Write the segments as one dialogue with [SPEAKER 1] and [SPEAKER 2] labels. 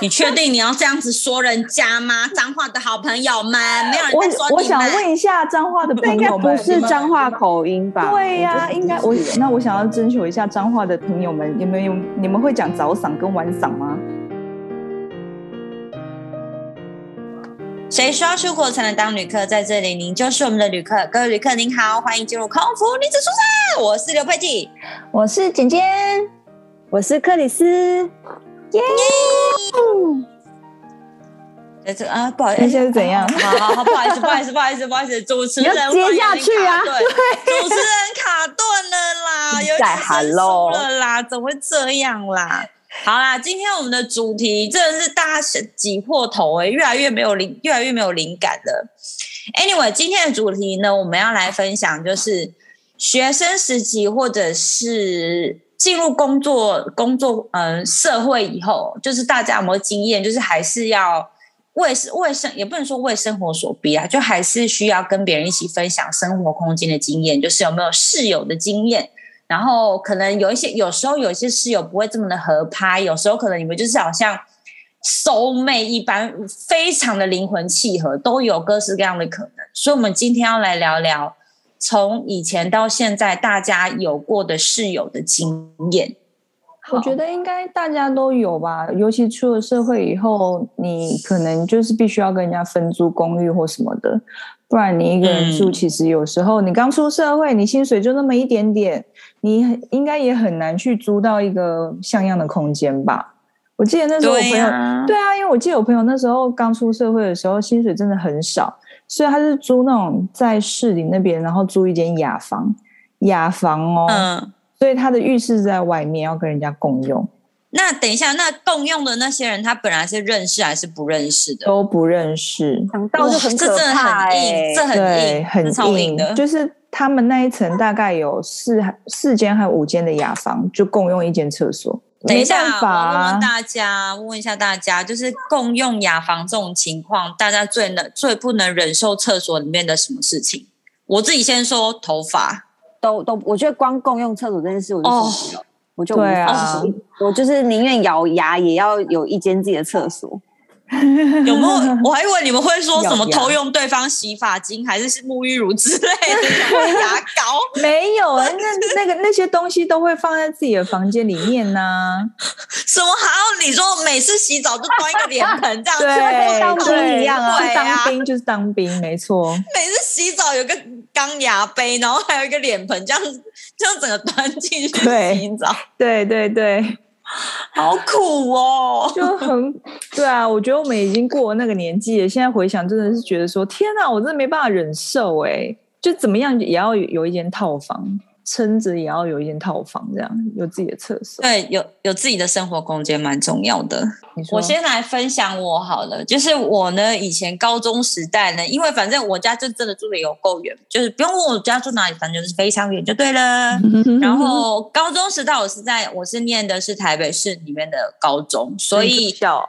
[SPEAKER 1] 你确定你要这样子说人家吗？脏话的好朋友们，没有人在说你
[SPEAKER 2] 我我想
[SPEAKER 1] 们
[SPEAKER 2] 问一下彰 化的
[SPEAKER 3] 那
[SPEAKER 2] 朋
[SPEAKER 3] 应该
[SPEAKER 2] 友们，
[SPEAKER 3] 不是彰化口音吧？
[SPEAKER 2] 对呀、
[SPEAKER 3] 我觉得不是
[SPEAKER 2] 应该我那我想要征求一下彰化的朋友们，你们有你们会讲早嗓跟晚嗓吗？
[SPEAKER 1] 谁说要出国才能当旅客？在这里，您就是我们的旅客。各位旅客您好，欢迎进入空服女子宿舍，我是刘佩蒂。
[SPEAKER 4] 我是简简，
[SPEAKER 3] 我是克里斯，
[SPEAKER 1] 呃，这啊，不好意思，
[SPEAKER 2] 那现在是怎样
[SPEAKER 1] 好好好，不好意思，不好意思，不好意思，不好意 思，主持人
[SPEAKER 3] 你要接下去啊
[SPEAKER 1] 卡顿 主持人卡顿了啦，有
[SPEAKER 3] 在
[SPEAKER 1] 点生疏
[SPEAKER 3] hello
[SPEAKER 1] 了啦，怎么会这样啦？好啦，今天我们的主题真的是大家是挤破头哎、越来越没有灵，越来越没有灵感了。Anyway，今天的主题呢，我们要来分享就是学生时期或者是进入工作、工作嗯、呃社会以后，就是大家有没有经验，就是还是要为为生也不能说为生活所逼啊，就还是需要跟别人一起分享生活空间的经验，就是有没有室友的经验。然后可能有一些，有时候有一些室友不会这么的合拍，有时候可能你们就是好像收妹一般，非常的灵魂契合，都有各式各样的可能。所以，我们今天要来聊聊从以前到现在大家有过的室友的经验。
[SPEAKER 2] 我觉得应该大家都有吧，尤其出了社会以后，你可能就是必须要跟人家分租公寓或什么的，不然你一个人住，
[SPEAKER 1] 嗯
[SPEAKER 2] 其实有时候你刚出社会，你薪水就那么一点点，你很应该也很难去租到一个像样的空间吧。我记得那时候我朋友，
[SPEAKER 1] 呀
[SPEAKER 2] 对啊，因为我记得我朋友那时候刚出社会的时候，薪水真的很少，所以他是租那种在市里那边，然后租一间雅房，雅房哦，
[SPEAKER 1] 嗯，
[SPEAKER 2] 所以他的浴室在外面，要跟人家共用，
[SPEAKER 1] 那等一下，那共用的那些人，他本来是认识还是不认识的？
[SPEAKER 2] 都不认识，
[SPEAKER 3] 想到就
[SPEAKER 1] 哇
[SPEAKER 3] 很
[SPEAKER 1] 哦这
[SPEAKER 3] 可
[SPEAKER 1] 真的
[SPEAKER 3] 怕
[SPEAKER 1] 很
[SPEAKER 4] 欸
[SPEAKER 3] 哎
[SPEAKER 1] 硬，、这很
[SPEAKER 2] 欸对，
[SPEAKER 1] 硬，这
[SPEAKER 2] 很
[SPEAKER 1] 超硬的。
[SPEAKER 2] 就是他们那一层大概有四四间还有五间的雅房，就共用一间厕所，
[SPEAKER 1] 等一
[SPEAKER 2] 没
[SPEAKER 1] 下，
[SPEAKER 2] 办法、
[SPEAKER 1] 我要问
[SPEAKER 2] 啊
[SPEAKER 1] 问。大家，问一下大家，就是共用雅房这种情况，大家最能最不能忍受厕所里面的什么事情？我自己先说头发，
[SPEAKER 4] 都都，我觉得光共用厕所这件事，我
[SPEAKER 1] 哦
[SPEAKER 4] 就受不了，我就无
[SPEAKER 2] 对
[SPEAKER 4] 法
[SPEAKER 2] 啊，
[SPEAKER 4] 我就是宁愿咬牙也要有一间自己的厕所。
[SPEAKER 1] 有没有？ 我还以为你们会说什么
[SPEAKER 2] 咬牙
[SPEAKER 1] 偷用对方洗发精还是沐浴乳之类 的，或者牙膏。
[SPEAKER 2] 没有啊，那那个那些东西都会放在自己的房间里面呢、
[SPEAKER 1] 什么？还要你说每次洗澡就端一个脸 盆 这样子，
[SPEAKER 2] 对，
[SPEAKER 4] 当兵一样啊
[SPEAKER 2] 对
[SPEAKER 1] 对
[SPEAKER 2] 是
[SPEAKER 1] 啊
[SPEAKER 2] 当兵就是当兵，没错。
[SPEAKER 1] 每次洗澡有个钢牙杯，然后还有一个脸盆，这样这样整个 端进去
[SPEAKER 2] 对
[SPEAKER 1] 洗澡，
[SPEAKER 2] 对对对，
[SPEAKER 1] 好苦哦。
[SPEAKER 2] 就很 对啊！我觉得我们已经过了那个年纪了，现在回想真的是觉得说，天哪，我真的没办法忍受哎、就怎么样也要有有一间套房，撑着也要有一间套房，这样有自己的厕所。
[SPEAKER 1] 对，有有自己的生活空间蛮重要的。
[SPEAKER 2] 你说
[SPEAKER 1] 我 先来分享我好了，就是我呢，以前高中时代呢，因为反正我家就真的住的有够远，就是不用问我家住哪里，反正就是非常远就对了。
[SPEAKER 4] 嗯
[SPEAKER 1] 然 后高中时代我是在我是念的是台北市里面的高中，所以
[SPEAKER 4] 嗯
[SPEAKER 2] 笑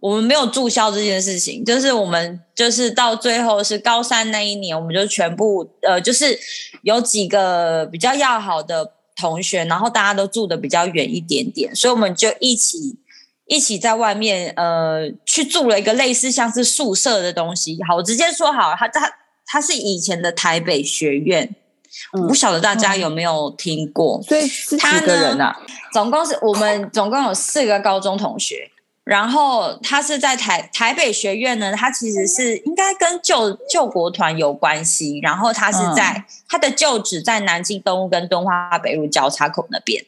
[SPEAKER 1] 我们没有住校这件事情，就是我们就是到最后是高三那一年，我们就全部呃，就是有几个比较要好的同学，然后大家都住的比较远一点点，所以我们就一起一起在外面呃去住了一个类似像是宿舍的东西。好，我直接说好了，它它它是以前的台北学院，
[SPEAKER 4] 嗯
[SPEAKER 1] 不晓得大家有没有听过？
[SPEAKER 2] 所以是
[SPEAKER 1] 他
[SPEAKER 2] 几个
[SPEAKER 1] 呢
[SPEAKER 2] 人啊？
[SPEAKER 1] 总共是我们总共有四个高中同学，然后他是在台台北学院呢，他其实是应该跟救救国团有关系，然后他是在、
[SPEAKER 2] 嗯
[SPEAKER 1] 他的旧址在南京东路跟敦化北路交叉口那边。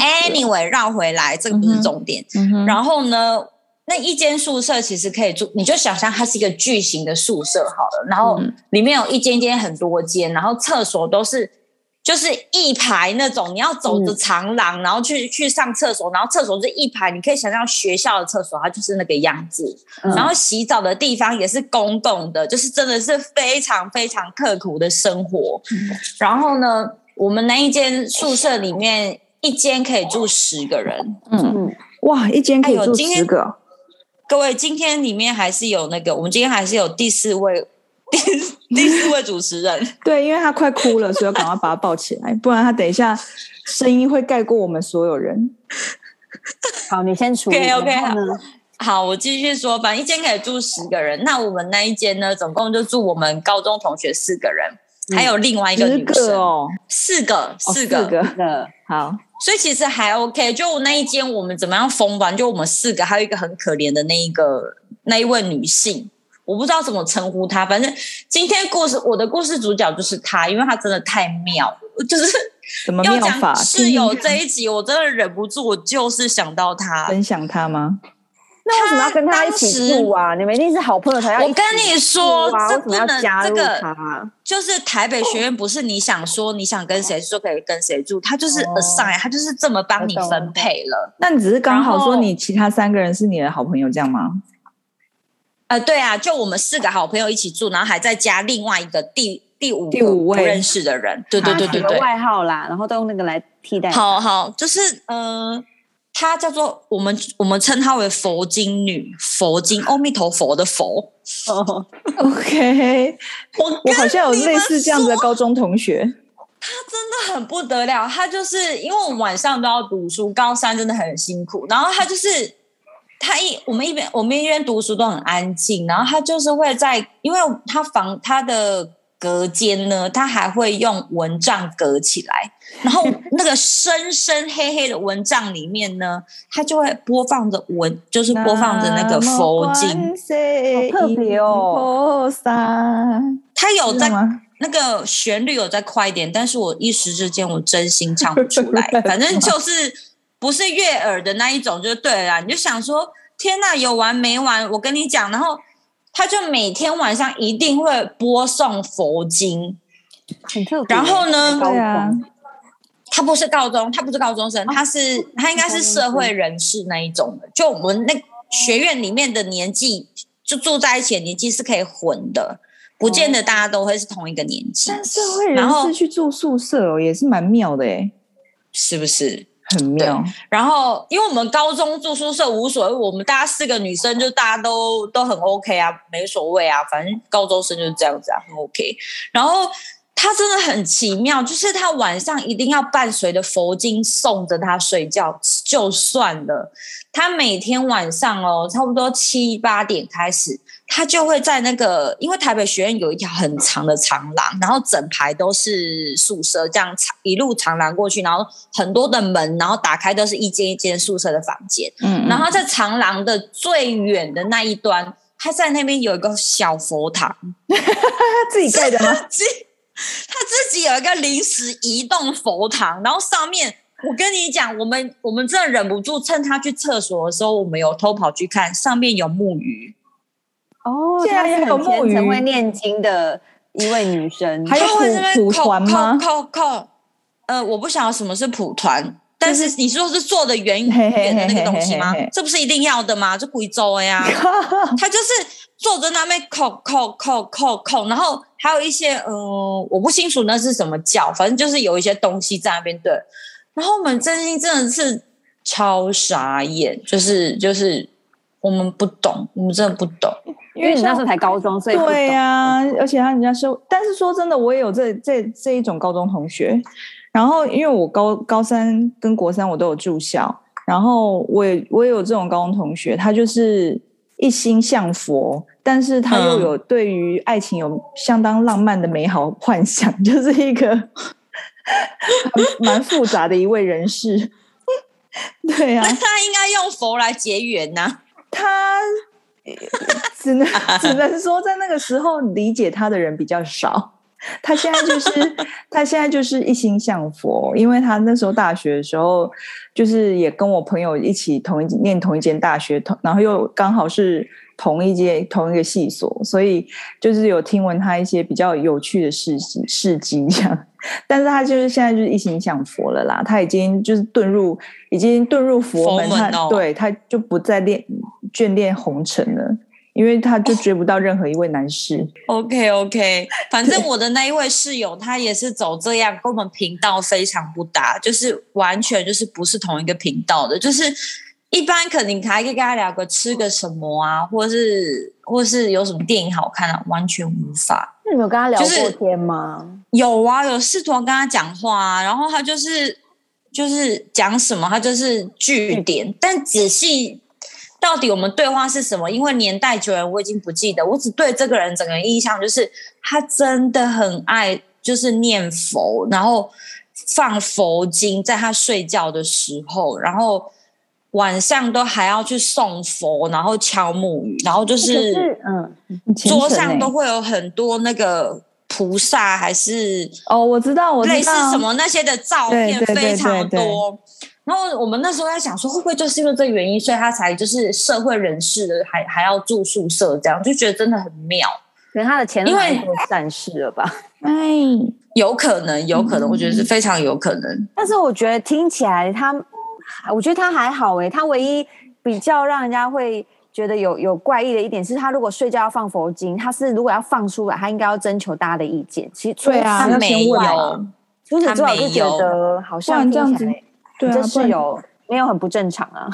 [SPEAKER 1] anyway，绕回来，这个不是重点。
[SPEAKER 2] 哦嗯哼
[SPEAKER 1] 然后呢，那一间宿舍其实可以住，你就想象它是一个巨型的宿舍好了，然后
[SPEAKER 2] 嗯
[SPEAKER 1] 里面有一间间很多间，然后厕所都是就是一排那种，你要走着长廊，然后去去上厕所，然后厕所是一排，你可以想象学校的厕所它就是那个样子，
[SPEAKER 4] 嗯
[SPEAKER 1] 然后洗澡的地方也是公共的，就是真的是非常非常刻苦的生活。
[SPEAKER 2] 嗯
[SPEAKER 1] 然后呢，我们那一间宿舍里面。一间可以住十个人，
[SPEAKER 4] 嗯
[SPEAKER 2] 哇，一间可以
[SPEAKER 1] 哎呦
[SPEAKER 2] 住
[SPEAKER 1] 今天
[SPEAKER 2] 十个，
[SPEAKER 1] 各位，今天里面还是有那个，我们今天还是有第四位，第第四位主持人。
[SPEAKER 2] 对，因为他快哭了，所以要赶快把他抱起来，不然他等一下声音会盖过我们所有人。
[SPEAKER 4] 好，你先处理。
[SPEAKER 1] OK，OK，
[SPEAKER 4] 然后呢
[SPEAKER 1] 好，我继续说，反正一间可以住十个人，那我们那一间呢，总共就住我们高中同学四个人，还有另外一个
[SPEAKER 2] 嗯十
[SPEAKER 1] 女生，
[SPEAKER 2] 个哦，
[SPEAKER 1] 四个，
[SPEAKER 2] 哦
[SPEAKER 1] 四个，
[SPEAKER 2] 个，
[SPEAKER 4] 的
[SPEAKER 2] 好，
[SPEAKER 1] 所以其实还 OK。就那一间我们怎么样疯吧，就我们四个，还有一个很可怜的那一个那一位女性，我不知道怎么称呼她，反正今天故事我的故事主角就是她，因为她真的太妙了，就是
[SPEAKER 2] 怎么
[SPEAKER 1] 要
[SPEAKER 2] 妙
[SPEAKER 1] 讲
[SPEAKER 2] 法？
[SPEAKER 1] 室友这一集，我真的忍不住，我就是想到她。
[SPEAKER 2] 分享他吗？
[SPEAKER 4] 那为什么要跟他一
[SPEAKER 1] 当
[SPEAKER 4] 起
[SPEAKER 1] 时
[SPEAKER 4] 住啊？你们一定是好朋友才要
[SPEAKER 1] 我
[SPEAKER 4] 一起
[SPEAKER 1] 跟你说
[SPEAKER 4] 住，啊
[SPEAKER 1] 这
[SPEAKER 4] 为什
[SPEAKER 1] 不
[SPEAKER 4] 么要
[SPEAKER 1] 能
[SPEAKER 4] 加
[SPEAKER 1] 这
[SPEAKER 4] 入
[SPEAKER 1] 个
[SPEAKER 4] 他啊？
[SPEAKER 1] 就是台北学院不是你想说你想跟谁住就可以跟谁住，他就是
[SPEAKER 4] 哦
[SPEAKER 1] assign，他就是这么帮你
[SPEAKER 4] 我懂
[SPEAKER 1] 分配了。
[SPEAKER 2] 那你只是刚好
[SPEAKER 1] 然后
[SPEAKER 2] 说你其他三个人是你的好朋友这样吗？
[SPEAKER 1] 呃，对啊，就我们四个好朋友一起住，然后还再加另外一个第第五
[SPEAKER 2] 第
[SPEAKER 1] 个
[SPEAKER 2] 五
[SPEAKER 1] 不
[SPEAKER 2] 位
[SPEAKER 1] 认识的人，对对对对
[SPEAKER 4] 他取
[SPEAKER 1] 对
[SPEAKER 4] 个，外号啦，然后都用那个来替代。，
[SPEAKER 1] 好好，就是呃，她叫做我们我们称她为佛经女，佛经阿弥陀佛的佛。
[SPEAKER 2] OK，
[SPEAKER 1] 我
[SPEAKER 2] 我
[SPEAKER 1] 跟
[SPEAKER 2] 好像有
[SPEAKER 1] 你
[SPEAKER 2] 类
[SPEAKER 1] 们
[SPEAKER 2] 似这样子的高中同学，
[SPEAKER 1] 真的很不得了，他就是因为我们晚上都要读书，高三真的很辛苦。然后他就是他一我们一边我们一边读书都很安静，然后他就是会在，因为他房他的隔间呢，他还会用蚊帐隔起来，然后那个深深黑黑的蚊帐里面呢，他就会播放着蚊，就是播放着那个佛经，，
[SPEAKER 2] 好
[SPEAKER 4] 好特别哦，
[SPEAKER 2] 菩萨，
[SPEAKER 1] 他有
[SPEAKER 2] 知道
[SPEAKER 1] 哦在
[SPEAKER 2] 吗？，
[SPEAKER 1] 那个旋律有再快一点，但是我一时之间我真心唱不出来反正就是不是悦耳的那一种，就对了啦。你就想说，天呐，有完没完？我跟你讲，然后他就每天晚上一定会播送佛经，
[SPEAKER 4] 很特别。欸
[SPEAKER 1] 然后呢，
[SPEAKER 4] 高
[SPEAKER 2] 对啊
[SPEAKER 4] 中，
[SPEAKER 1] 他不是高中，他不是高中生，他是他应该是社会人士那一种的。就我们那学院里面的年纪，就住在一起的年纪是可以混的，不见得大家都会是同一个年纪，
[SPEAKER 2] 但社会人
[SPEAKER 1] 然后
[SPEAKER 2] 士去住宿舍哦，也是蛮妙的哎，
[SPEAKER 1] 是不是？
[SPEAKER 2] 很妙。
[SPEAKER 1] 然后，因为我们高中住宿舍无所谓，我们大家四个女生就大家都都很 OK 啊，没所谓啊，反正高中生就是这样子啊，很 OK。然后他真的很奇妙，就是他晚上一定要伴随着佛经送着他睡觉，就算了。他每天晚上哦，差不多七八点开始，他就会在那个，因为台北学院有一条很长的长廊，然后整排都是宿舍，这样长一路长廊过去，然后很多的门，然后打开都是一间一间宿舍的房间。
[SPEAKER 2] 嗯，
[SPEAKER 1] 然后在长廊的最远的那一端，他在那边有一个小佛堂，
[SPEAKER 2] 他自己盖的吗？
[SPEAKER 1] 自他自己有一个临时移动佛堂，然后上面。我跟你讲，我们我们真的忍不住，趁他去厕所的时候，我们有偷跑去看，上面有木鱼，
[SPEAKER 4] 哦，
[SPEAKER 2] 现在
[SPEAKER 4] 她是
[SPEAKER 2] 还有
[SPEAKER 4] 很虔
[SPEAKER 2] 木鱼
[SPEAKER 4] 诚会念经的一位女生，
[SPEAKER 2] 还有
[SPEAKER 1] 他会在那边
[SPEAKER 2] 蒲
[SPEAKER 1] 扣
[SPEAKER 2] 蒲团吗
[SPEAKER 1] 扣扣扣，呃，我不晓得什么是蒲团，但是你说是做的圆
[SPEAKER 2] 嘿嘿嘿
[SPEAKER 1] 圆的那个东西吗
[SPEAKER 2] 嘿嘿嘿？
[SPEAKER 1] 这不是一定要的吗？这贵州的呀，他就是坐在那边扣扣扣扣扣，然后还有一些嗯、呃我不清楚那是什么叫，反正就是有一些东西在那边对。然后我们真心真的是超傻眼，就是就是我们不懂，我们真的不懂。
[SPEAKER 2] 啊
[SPEAKER 4] 因为你那时候才高中，所以不懂
[SPEAKER 2] 对呀、而且他人家是，但是说真的，我也有这这这一种高中同学。然后因为我高高三跟国三我都有住校，然后我也我也有这种高中同学，他就是一心向佛，但是他又
[SPEAKER 1] 嗯
[SPEAKER 2] 有对于爱情有相当浪漫的美好幻想， 就是一个蛮蛮复杂的一位人士。 对呀、
[SPEAKER 1] 那他应该用佛来结缘呐、
[SPEAKER 2] 他呃只能 只能说，在那个时候理解他的人比较少。他现在就是他现在就是一心向佛，因为他那时候大学的时候，就是也跟我朋友一起同一念同一间大学，同然后又刚好是同一间同一个系所，所以就是有听闻他一些比较有趣的事迹事迹这样。但是他就是现在就是一心向佛了啦，他已经就是遁入已经遁入佛门，
[SPEAKER 1] 佛门
[SPEAKER 2] 他
[SPEAKER 1] 哦
[SPEAKER 2] 对他就不再恋眷恋红尘了，因为他就追不到任何一位男士。
[SPEAKER 1] OK OK，反正我的那一位室友，他也是走这样，跟我们频道非常不搭，就是完全就是不是同一个频道的。就是一般可能还可以跟他聊个吃个什么啊，或是或是有什么电影好看啊，完全无法。
[SPEAKER 4] 那你有跟他聊
[SPEAKER 1] 就是
[SPEAKER 4] 过天吗？
[SPEAKER 1] 有啊，有试图跟他讲话啊，然后他
[SPEAKER 4] 嗯
[SPEAKER 1] 就是就是讲什么，他就是据点，但仔细。到底我们对话是什么？因为年代久远，我已经不记得。我只对这个人整个印象就是他真的很爱，就是念佛，然后放佛经，在他睡觉的时候，然后晚上都还要去送佛，然后敲木鱼，然后就
[SPEAKER 4] 哎可
[SPEAKER 1] 是
[SPEAKER 4] 是嗯，虔
[SPEAKER 1] 桌
[SPEAKER 4] 诚
[SPEAKER 1] 上
[SPEAKER 4] 欸
[SPEAKER 1] 都会有很多那个菩萨还是
[SPEAKER 2] 哦，我知道，我知道
[SPEAKER 1] 类似什么那些的照片
[SPEAKER 2] 对对对
[SPEAKER 1] 非常
[SPEAKER 2] 对对
[SPEAKER 1] 多。然后我们那时候在想说，会不会就是因为这原因，所以他才就是社会人士的，还还要住宿舍这样，就觉得真的很妙。
[SPEAKER 4] 可能他的前
[SPEAKER 1] 因为
[SPEAKER 4] 男友战士了吧？
[SPEAKER 2] 哎，
[SPEAKER 1] 有可能，有可能，我觉
[SPEAKER 2] 嗯
[SPEAKER 1] 得是非常有可能。
[SPEAKER 4] 但是我觉得听起来他，我觉得他还好诶、他唯一比较让人家会觉得有有怪异的一点是，他如果睡觉要放佛经，他是如果要放出来，他应该要征求大家的意见。其实除
[SPEAKER 2] 对啊
[SPEAKER 1] 他
[SPEAKER 4] 此
[SPEAKER 2] 要
[SPEAKER 1] 没
[SPEAKER 2] 先
[SPEAKER 1] 有
[SPEAKER 2] 问，
[SPEAKER 4] 除此之外，
[SPEAKER 1] 他
[SPEAKER 4] 我就
[SPEAKER 1] 没
[SPEAKER 4] 觉
[SPEAKER 1] 有
[SPEAKER 4] 得好
[SPEAKER 2] 不
[SPEAKER 4] 像
[SPEAKER 2] 然这样
[SPEAKER 4] 听
[SPEAKER 2] 子
[SPEAKER 4] 起来
[SPEAKER 2] 对啊，
[SPEAKER 4] 这
[SPEAKER 2] 不
[SPEAKER 4] 是
[SPEAKER 2] 然
[SPEAKER 4] 有没有很不正常啊？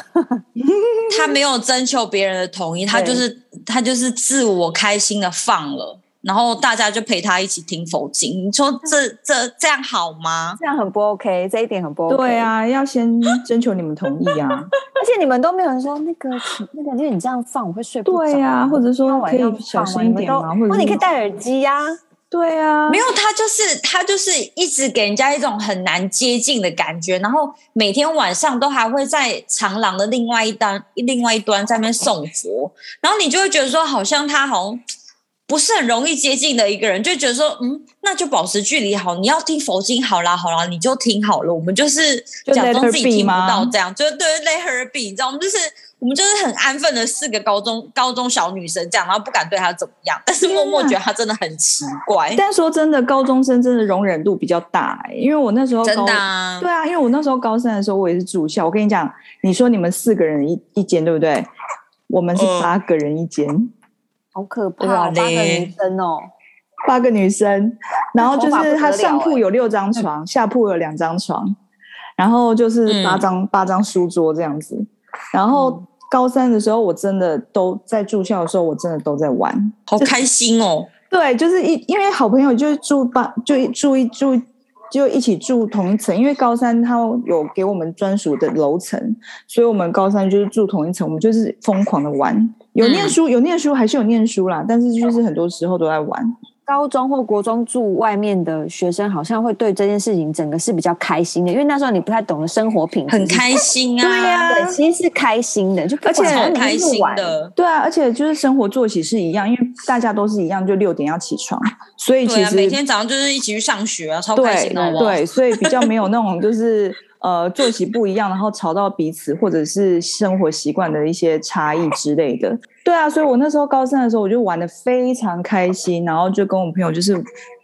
[SPEAKER 1] 他没有征求别人的同意，他就是他就是自我开心的放了，然后大家就陪他一起听佛经。你说这这这样好吗？
[SPEAKER 4] 这样很不 OK，这一点很不 OK。
[SPEAKER 2] 对，啊，要先征求你们同意 啊。
[SPEAKER 4] 而且你们都没有人说那个那个，因为你这样放我会睡不着。
[SPEAKER 2] 对呀、或者说
[SPEAKER 4] 那晚
[SPEAKER 2] 可以小
[SPEAKER 4] 上放吗
[SPEAKER 2] 声一点嘛，
[SPEAKER 4] 你
[SPEAKER 2] 或者
[SPEAKER 4] 们都哦，
[SPEAKER 2] 是
[SPEAKER 4] 你可以戴耳机呀、
[SPEAKER 2] 对啊，
[SPEAKER 1] 没有，他就是他就是一直给人家一种很难接近的感觉，然后每天晚上都还会在长廊的另外一端另外一端在那边送佛，然后你就会觉得说，好像他好像不是很容易接近的一个人，就觉得说，嗯，那就保持距离好，你要听佛经好啦好啦，你就听好了，我们就是
[SPEAKER 2] 就
[SPEAKER 1] 假
[SPEAKER 2] let her
[SPEAKER 1] 装自己
[SPEAKER 2] be
[SPEAKER 1] 听不
[SPEAKER 2] 吗
[SPEAKER 1] 到这样，就对 let her be，你知道，我们就是。我们就是很安分的四个高中高中小女生这样，然后不敢对她怎么样，但是默默觉得她真的很奇怪。
[SPEAKER 2] 但说真的，高中生真的容忍度比较大、欸，因为我那时候
[SPEAKER 1] 真
[SPEAKER 2] 高
[SPEAKER 1] 的、啊，
[SPEAKER 2] 对啊，因为我那时候高三的时候，我也是住校。我跟你讲，你说你们四个人一一间，对不对？我们是
[SPEAKER 1] 嗯
[SPEAKER 2] 八个人一间，
[SPEAKER 4] 好可怕、
[SPEAKER 2] 啊
[SPEAKER 1] 哇
[SPEAKER 4] 哦，八个
[SPEAKER 1] 嘞
[SPEAKER 4] 女生哦。
[SPEAKER 2] 八个女生，然后就
[SPEAKER 4] 头发不
[SPEAKER 2] 是
[SPEAKER 4] 得
[SPEAKER 2] 他
[SPEAKER 4] 了
[SPEAKER 2] 上铺
[SPEAKER 4] 欸
[SPEAKER 2] 有六张床，下铺有两张床，然后就是八
[SPEAKER 1] 嗯
[SPEAKER 2] 张、八张书桌这样子。然
[SPEAKER 4] 嗯
[SPEAKER 2] 后高三的时候，我真的都在住校的时候，我真的都在玩。
[SPEAKER 1] 好开心哦！
[SPEAKER 2] 对，就是一因为好朋友就是住八，就一住一住就一起住同一层，因为高三他有给我们专属的楼层，所以我们高三就是住同一层，我们就是疯狂的玩，有念
[SPEAKER 1] 嗯
[SPEAKER 2] 书、有念书还是有念书啦，但是就是很多时候都在玩。
[SPEAKER 4] 高中或国中住外面的学生，好像会对这件事情整个是比较开心的，因为那时候你不太懂得生活品质，
[SPEAKER 1] 很开心啊，
[SPEAKER 2] 对呀
[SPEAKER 4] 对，其实是开心的，就不管
[SPEAKER 2] 而且
[SPEAKER 4] 好像
[SPEAKER 1] 超
[SPEAKER 4] 每天
[SPEAKER 1] 开
[SPEAKER 4] 去
[SPEAKER 1] 心
[SPEAKER 4] 玩，
[SPEAKER 1] 的。
[SPEAKER 2] 对啊，而且就是生活作息是一样，因为大家都是一样，就六点要起床，所以
[SPEAKER 1] 对
[SPEAKER 2] 其
[SPEAKER 1] 啊，
[SPEAKER 2] 实
[SPEAKER 1] 每天早上就是一起去上学啊，超开
[SPEAKER 2] 对
[SPEAKER 1] 心的好不好？
[SPEAKER 2] 对，所以比较没有那种就是呃作息不一样，然后吵到彼此，或者是生活习惯的一些差异之类的。对啊，所以我那时候高三的时候，我就玩的非常开心，然后就跟我朋友就是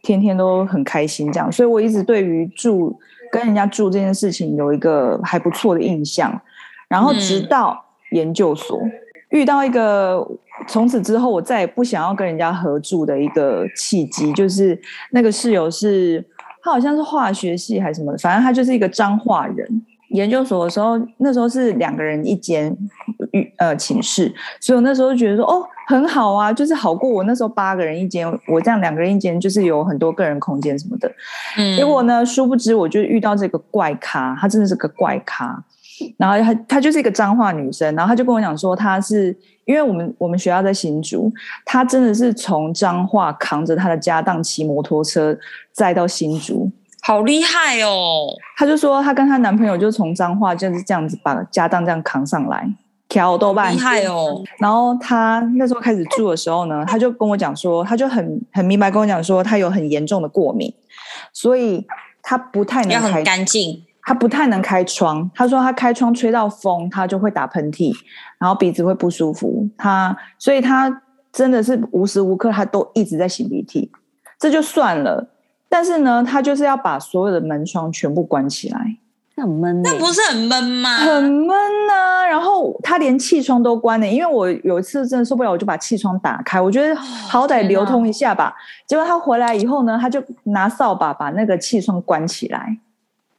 [SPEAKER 2] 天天都很开心这样，所以我一直对于住跟人家住这件事情有一个还不错的印象。然后直
[SPEAKER 1] 嗯
[SPEAKER 2] 到研究所、遇到一个，从此之后我再也不想要跟人家合住的一个契机，就是那个室友是他好像是化学系还是什么的，反正他就是一个彰化人。研究所的时候，那时候是两个人一间浴呃寝室，所以我那时候就觉得说哦很好啊，就是好过我那时候八个人一间，我这样两个人一间就是有很多个人空间什么的。
[SPEAKER 1] 嗯
[SPEAKER 2] 结果呢，殊不知我就遇到这个怪咖，她真的是个怪咖。然后她她就是一个彰化女生，然后她就跟我讲说，她是因为我们我们学校在新竹，她真的是从彰化扛着她的家当骑摩托车再到新竹。
[SPEAKER 1] 好厉害哦！
[SPEAKER 2] 她就说，她跟她男朋友就从彰化就是这样子把家当这样扛上来，挑豆瓣
[SPEAKER 1] 厉害哦！
[SPEAKER 2] 然后他那时候开始住的时候呢，他就跟我讲说，他就很很明白跟我讲说，他有很严重的过敏，所以他不太
[SPEAKER 1] 要
[SPEAKER 2] 能
[SPEAKER 1] 很
[SPEAKER 2] 开，
[SPEAKER 1] 干净，
[SPEAKER 2] 他不太能开窗。他说他开窗吹到风，他就会打喷嚏，然后鼻子会不舒服。他所以他真的是无时无刻他都一直在擤鼻涕，这就算了。但是呢，他就是要把所有的门窗全部关起来。
[SPEAKER 4] 那很闷、欸，
[SPEAKER 1] 那不是很闷吗？
[SPEAKER 2] 很闷啊呐、然后他连气窗都关了、因为我有一次真的受不了，我就把气窗打开，我觉得好歹流通一下吧。结果他回来以后呢，他就拿扫把把那个气窗关起来。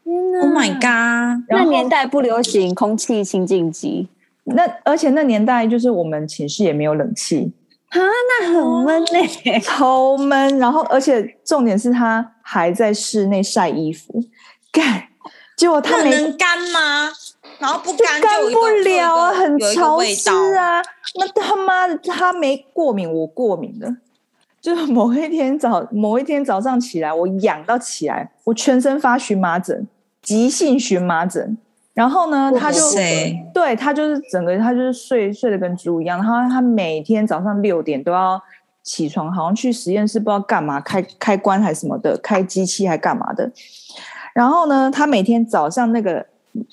[SPEAKER 4] 天哪
[SPEAKER 1] Oh my god！
[SPEAKER 4] 那
[SPEAKER 2] 然后
[SPEAKER 4] 年代不流行空气清净机
[SPEAKER 2] 那而且那年代就是我们寝室也没有冷气，
[SPEAKER 4] 啊，
[SPEAKER 2] 哦
[SPEAKER 4] 那很闷欸嘞、
[SPEAKER 2] 超闷。然后而且重点是他还在室内晒衣服，干。结果他
[SPEAKER 1] 那
[SPEAKER 2] 没
[SPEAKER 1] 能干吗？然后不
[SPEAKER 2] 就
[SPEAKER 1] 干
[SPEAKER 2] 干
[SPEAKER 1] 有一个
[SPEAKER 2] 不了啊，
[SPEAKER 1] 就有
[SPEAKER 2] 很
[SPEAKER 1] 一个有一个
[SPEAKER 2] 潮
[SPEAKER 1] 味道
[SPEAKER 2] 湿啊。那他妈的，他没过敏，我过敏的。就是某一天早某一天早上起来，我痒到起来，我全身发荨麻疹，急性荨麻疹。然后呢，他就
[SPEAKER 1] 哇塞
[SPEAKER 2] 对他就是整个他就是睡睡得跟猪一样，然后他每天早上六点都要起床，好像去实验室不知道干嘛，开开关还是什么的，开机器还干嘛的。然后呢，他每天早上那个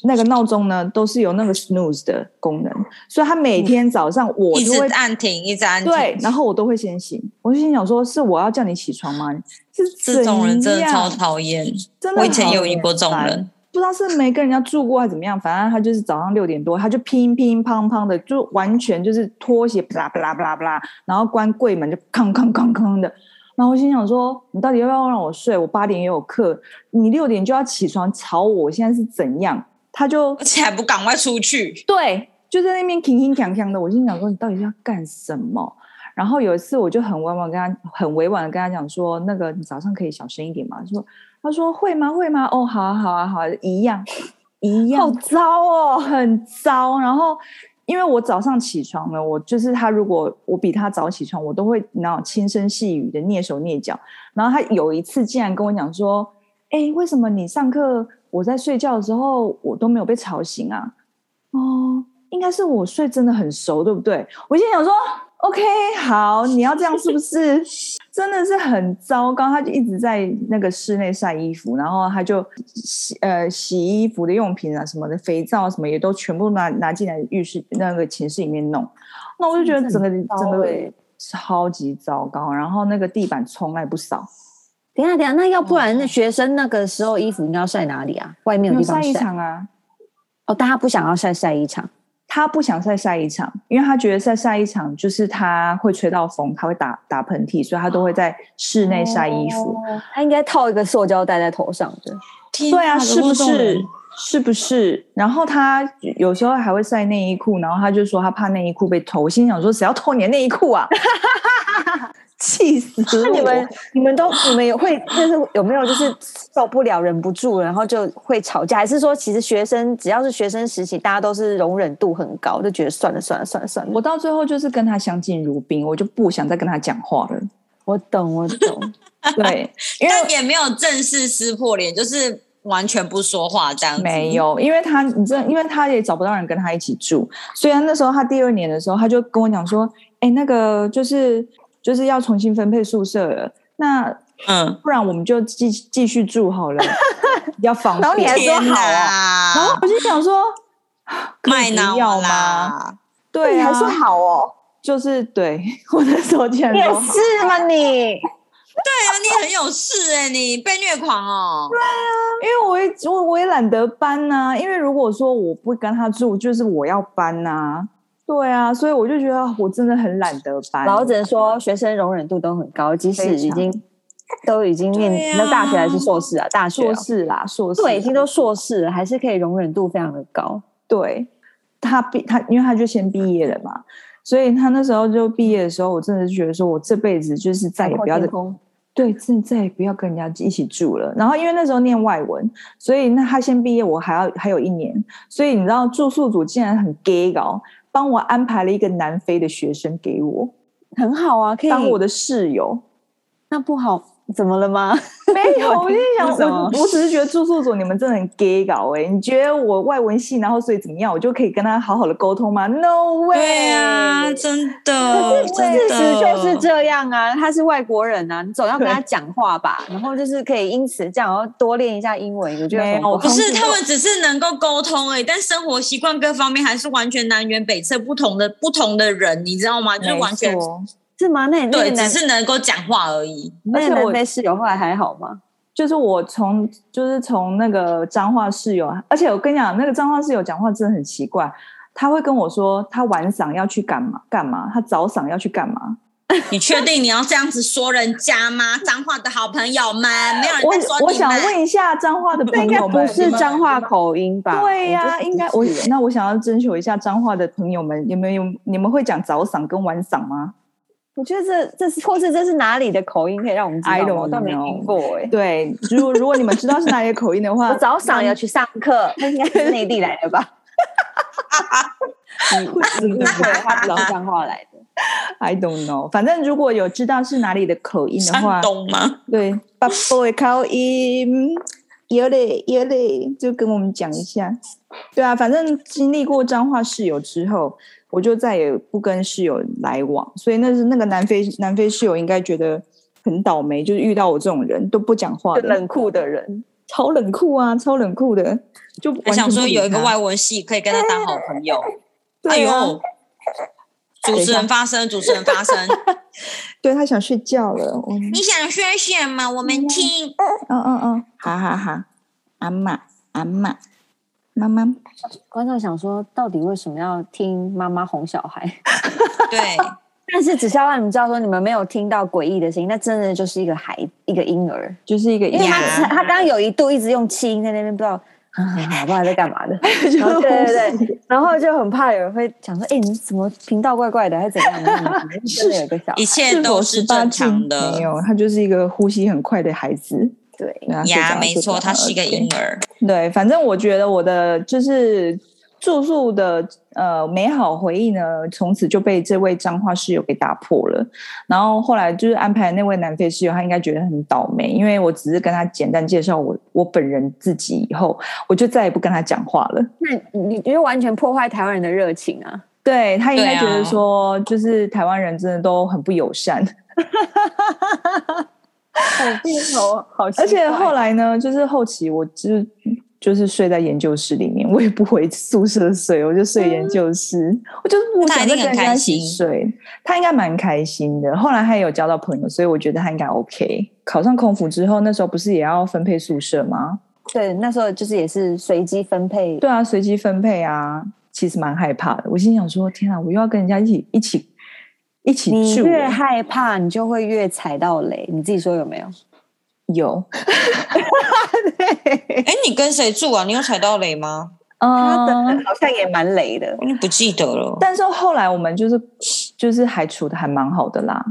[SPEAKER 2] 那个闹钟呢，都是有那个 snooze 的功能，所以他每天早上我
[SPEAKER 1] 嗯一
[SPEAKER 2] 就
[SPEAKER 1] 直
[SPEAKER 2] 会、
[SPEAKER 1] 按停，一直按停。
[SPEAKER 2] 对，然后我都会先醒，我就心想说，是我要叫你起床吗？是
[SPEAKER 1] 这种人真的
[SPEAKER 2] 怎
[SPEAKER 1] 超
[SPEAKER 2] 样
[SPEAKER 1] 讨厌。
[SPEAKER 2] 真的
[SPEAKER 1] 我以前
[SPEAKER 2] 好
[SPEAKER 1] 也有遇过这种
[SPEAKER 2] 烦
[SPEAKER 1] 人，
[SPEAKER 2] 不知道是没跟人家住过还是怎么样，反正他就是早上六点多，他就乒乒乓乓的，就完全就是拖鞋啪啦啪啦啪啦啪啦，然后关柜门就吭吭吭吭的。然后我心想说，你到底要不要让我睡？我八点也有课，你六点就要起床吵我，我现在是怎样？他就
[SPEAKER 1] 而且还不赶快出去。
[SPEAKER 2] 对，就在那边勤勤锵锵的。我心想说，你到底是要干什么？然后有一次，我就很委婉跟他，很委婉的跟他讲说，那个你早上可以小声一点嘛。他说，他说会吗？会吗？哦，好啊，好啊，好啊，一样，一样，
[SPEAKER 4] 好糟
[SPEAKER 2] 哦，很糟。然后因为我早上起床呢，我就是他，如果我比他早起床，我都会那种轻声细语的蹑手蹑脚。然后他有一次竟然跟我讲说：“哎，为什么你上课我在睡觉的时候我都没有被吵醒啊？”哦，应该是我睡真的很熟，对不对？我心想说，OK，好，你要这样是不是？ 真的是很糟糕，他就一直在那个室内晒衣服，然后他就洗呃洗衣服的用品啊什么的，肥皂什么也都全部拿拿进来浴室那个寝室里面弄。那我就觉得整个整
[SPEAKER 4] 糟
[SPEAKER 2] 个
[SPEAKER 4] 欸
[SPEAKER 2] 超级糟糕，然后那个地板从来不扫，
[SPEAKER 4] 等一下，等一下，那要不然那学生那个时候衣服应该要晒哪里啊？外面有
[SPEAKER 2] 有
[SPEAKER 4] 地方
[SPEAKER 2] 晒衣
[SPEAKER 4] 嗯晒
[SPEAKER 2] 场啊，
[SPEAKER 4] 哦，大家不想要晒晒衣场，
[SPEAKER 2] 他不想晒晒衣场，因为他觉得晒晒衣场就是他会吹到风，他会打打喷嚏，所以他都会在室内晒衣服。
[SPEAKER 4] 哦，他应该套一个塑胶袋在头上的。
[SPEAKER 2] 对啊，是
[SPEAKER 1] 天哪
[SPEAKER 2] 不
[SPEAKER 1] 怎么会这种人
[SPEAKER 2] 是？是不是？然后他有时候还会晒内衣裤，然后他就说他怕内衣裤被偷。我心想说，谁要偷你的内衣裤啊？ 气死我！
[SPEAKER 4] 那你们你们都你们有会就是有没有就是受不了忍不住，然后就会吵架，还是说其实学生只要是学生时期，大家都是容忍度很高，就觉得算了算了算了算了。
[SPEAKER 2] 我到最后就是跟他相敬如宾，我就不想再跟他讲话了。
[SPEAKER 4] 我懂我懂，
[SPEAKER 2] 对，因为
[SPEAKER 1] 但也没有正式撕破脸，就是完全不说话这样子。
[SPEAKER 2] 没有，因为他你知道，因为他也找不到人跟他一起住，所以他那时候他第二年的时候，他就跟我讲说：“哎，那个就是就是要重新分配宿舍了，那
[SPEAKER 1] 嗯，
[SPEAKER 2] 不然我们就继继续住好 了，比较方便。”
[SPEAKER 4] 然后你还说
[SPEAKER 1] 天
[SPEAKER 4] 好啊，
[SPEAKER 1] 哪，
[SPEAKER 2] 然后我就想说，
[SPEAKER 1] 卖脑
[SPEAKER 2] 要吗？
[SPEAKER 1] 啦！
[SPEAKER 2] 对、啊，
[SPEAKER 4] 你还说好哦，
[SPEAKER 2] 就是对，我那时候竟然
[SPEAKER 4] 你也
[SPEAKER 2] 说好，
[SPEAKER 4] 是吗你？
[SPEAKER 1] 对啊，你很有事哎、你被虐狂哦。
[SPEAKER 2] 因为我也我我也懒得搬呐、因为如果说我不跟他住，就是我要搬呐、对啊，所以我就觉得我真的很懒得搬。
[SPEAKER 4] 然后只能说学生容忍度都很高，即使已经都已经
[SPEAKER 1] 对
[SPEAKER 4] 念
[SPEAKER 1] 啊
[SPEAKER 4] 那大学还是硕士啊，大学
[SPEAKER 2] 硕
[SPEAKER 4] 啊
[SPEAKER 2] 士啦，硕士
[SPEAKER 4] 对已经都硕士了，还是可以容忍度非常的高。
[SPEAKER 2] 对，他毕他因为他就先毕业了嘛，所以他那时候就毕业的时候，我真的是觉得说我这辈子就是再也不要
[SPEAKER 4] 海
[SPEAKER 2] 再
[SPEAKER 4] 阔天空
[SPEAKER 2] 对，真的再也不要跟人家一起住了。然后因为那时候念外文，所以那他先毕业，我还要还有一年，所以你知道住宿组竟然很 gay 搞，帮我安排了一个南非的学生给我
[SPEAKER 4] 很好啊，可以
[SPEAKER 2] 当我的室友。
[SPEAKER 4] 那不好怎么了 吗？
[SPEAKER 2] 没有，我就
[SPEAKER 4] 为什么
[SPEAKER 2] 想，我我只是觉得住宿组你们真的很 gay 搞哎、你觉得我外文系，然后所以怎么样，我就可以跟他好好的沟通吗？No way！
[SPEAKER 1] 对啊，真的，
[SPEAKER 4] 可
[SPEAKER 1] 真
[SPEAKER 4] 是事
[SPEAKER 1] 的
[SPEAKER 4] 实就是这样啊，他是外国人啊，你总要跟他讲话吧，然后就是可以因此这样，然后多练一下英文，我觉得
[SPEAKER 2] 没有
[SPEAKER 4] 很好
[SPEAKER 2] 我
[SPEAKER 1] 不是他们只是能够沟通而已，但生活习惯各方面还是完全南辕北辙，不同的不同的人，你知道吗？就是
[SPEAKER 2] 没
[SPEAKER 1] 完全
[SPEAKER 2] 错
[SPEAKER 4] 是吗？那你那
[SPEAKER 1] 对，
[SPEAKER 4] 个
[SPEAKER 1] 只
[SPEAKER 4] 男
[SPEAKER 1] 是能够讲话而已。
[SPEAKER 4] 那
[SPEAKER 2] 而且
[SPEAKER 4] 个
[SPEAKER 2] 我
[SPEAKER 4] 南非室友后来还好吗？
[SPEAKER 2] 就是我从就是从那个彰化室友，啊而且我跟你讲，那个彰化室友讲话真的很奇怪，他会跟我说他晚上要去干嘛干嘛，他早上要去干嘛。
[SPEAKER 1] 你确定你要这样子说人家吗？脏话的好朋友们，没有人啊在说
[SPEAKER 2] 我我
[SPEAKER 1] 你
[SPEAKER 2] 想
[SPEAKER 1] 们。
[SPEAKER 2] 问一下彰化的朋
[SPEAKER 4] 应该
[SPEAKER 2] 友们，
[SPEAKER 4] 不是彰化口音吧？
[SPEAKER 2] 对呀、
[SPEAKER 4] 我觉得不是
[SPEAKER 2] 应该我那我想要征求一下彰化的朋友们，你们有你们会讲早上跟晚上吗？
[SPEAKER 4] 我觉得这这是或是这是哪里的口音，可以让我们知道
[SPEAKER 2] I
[SPEAKER 4] 吗
[SPEAKER 2] don't
[SPEAKER 4] 我倒没
[SPEAKER 2] know
[SPEAKER 4] 听过哎。
[SPEAKER 2] 对，如果如果你们知道是哪里的口音的话
[SPEAKER 4] 我，早上要去上课，那应该是内地来的吧？你你误会了他不是彰化来的，
[SPEAKER 2] I don't know，反正如果有知道是哪里的口音的话
[SPEAKER 1] 山，东吗？
[SPEAKER 2] 对，巴布的口音，有嘞有嘞，就跟我们讲一下。对啊，反正经历过彰化室友之后，我就再也不跟室友来往，所以那是那个南非南非室友应该觉得很倒霉，就是遇到我这种人都不讲话
[SPEAKER 4] 就
[SPEAKER 2] 的，
[SPEAKER 4] 冷酷的人。
[SPEAKER 2] 超冷酷啊，超冷酷的，就完
[SPEAKER 1] 还
[SPEAKER 2] 全
[SPEAKER 1] 想说
[SPEAKER 2] 不理
[SPEAKER 1] 有一个
[SPEAKER 2] 他
[SPEAKER 1] 外文系可以跟他当好朋友。哎
[SPEAKER 2] 对啊
[SPEAKER 1] 呦，主持人发声，主持人发 声，
[SPEAKER 2] 对他想睡觉了，我
[SPEAKER 1] 你想说什么？我们 听。
[SPEAKER 2] 嗯嗯嗯，好好好，阿妈阿妈，妈妈
[SPEAKER 4] 观众想说，到底为什么要听妈妈哄小孩？
[SPEAKER 1] 对，
[SPEAKER 4] 但是只是要让你们知道说，你们没有听到诡异的声音，那真的就是一个孩，一个婴儿。
[SPEAKER 2] 就是一个
[SPEAKER 4] 因为他
[SPEAKER 1] 呀
[SPEAKER 4] 他刚刚有一度一直用气音在那边，不知道啊，不知道在干 嘛的。
[SPEAKER 2] 就
[SPEAKER 4] 然后对对对，然后就很怕有人会想说，哎、你怎么频道怪怪的，还是怎样？ 真的有个小孩
[SPEAKER 1] 一切都是正常的
[SPEAKER 2] 没。有，他就是一个呼吸很快的孩子。
[SPEAKER 4] 对，
[SPEAKER 2] 对啊
[SPEAKER 1] 呀，没错，他
[SPEAKER 2] 他
[SPEAKER 1] 是一个婴。 儿。
[SPEAKER 2] 对对，反正我觉得我的就是住宿的呃美好回忆呢，从此就被这位彰化室友给打破了。然后后来就是安排那位南非室友，他应该觉得很倒霉，因为我只是跟他简单介绍我我本人自己以后，我就再也不跟他讲话了。
[SPEAKER 4] 那你你就完全破坏台湾人的热情啊！
[SPEAKER 2] 对他应
[SPEAKER 1] 对
[SPEAKER 2] 该
[SPEAKER 1] 啊
[SPEAKER 2] 觉得说，就是台湾人真的都很不友善，
[SPEAKER 4] 好变头，好，
[SPEAKER 2] 而且后来呢，就是后期我就是就是睡在研究室里面，我也不回宿舍睡，我就睡研究室，我就是不
[SPEAKER 1] 他
[SPEAKER 2] 想
[SPEAKER 1] 一
[SPEAKER 2] 再
[SPEAKER 1] 定
[SPEAKER 2] 跟人
[SPEAKER 1] 很
[SPEAKER 2] 家
[SPEAKER 1] 开
[SPEAKER 2] 一起
[SPEAKER 1] 心
[SPEAKER 2] 睡。他应该蛮开心的，后来他也有交到朋友，所以我觉得他应该 OK。考上空服之后，那时候不是也要分配宿舍吗？
[SPEAKER 4] 对那时候就是也是随机分配，
[SPEAKER 2] 对啊，随机分配啊，其实蛮害怕的。我心想说，天啊，我又要跟人家一起一起一起
[SPEAKER 4] 你
[SPEAKER 2] 住了，
[SPEAKER 4] 越害怕，你就会越踩到雷，你自己说有没有？
[SPEAKER 2] 有
[SPEAKER 1] 哎，你跟谁住啊？你有踩到雷吗？
[SPEAKER 4] 他的
[SPEAKER 2] 嗯，
[SPEAKER 4] 好像也蛮雷的，
[SPEAKER 1] 我就不记得了。
[SPEAKER 2] 但是后来我们就是就是还处的还蛮好的啦。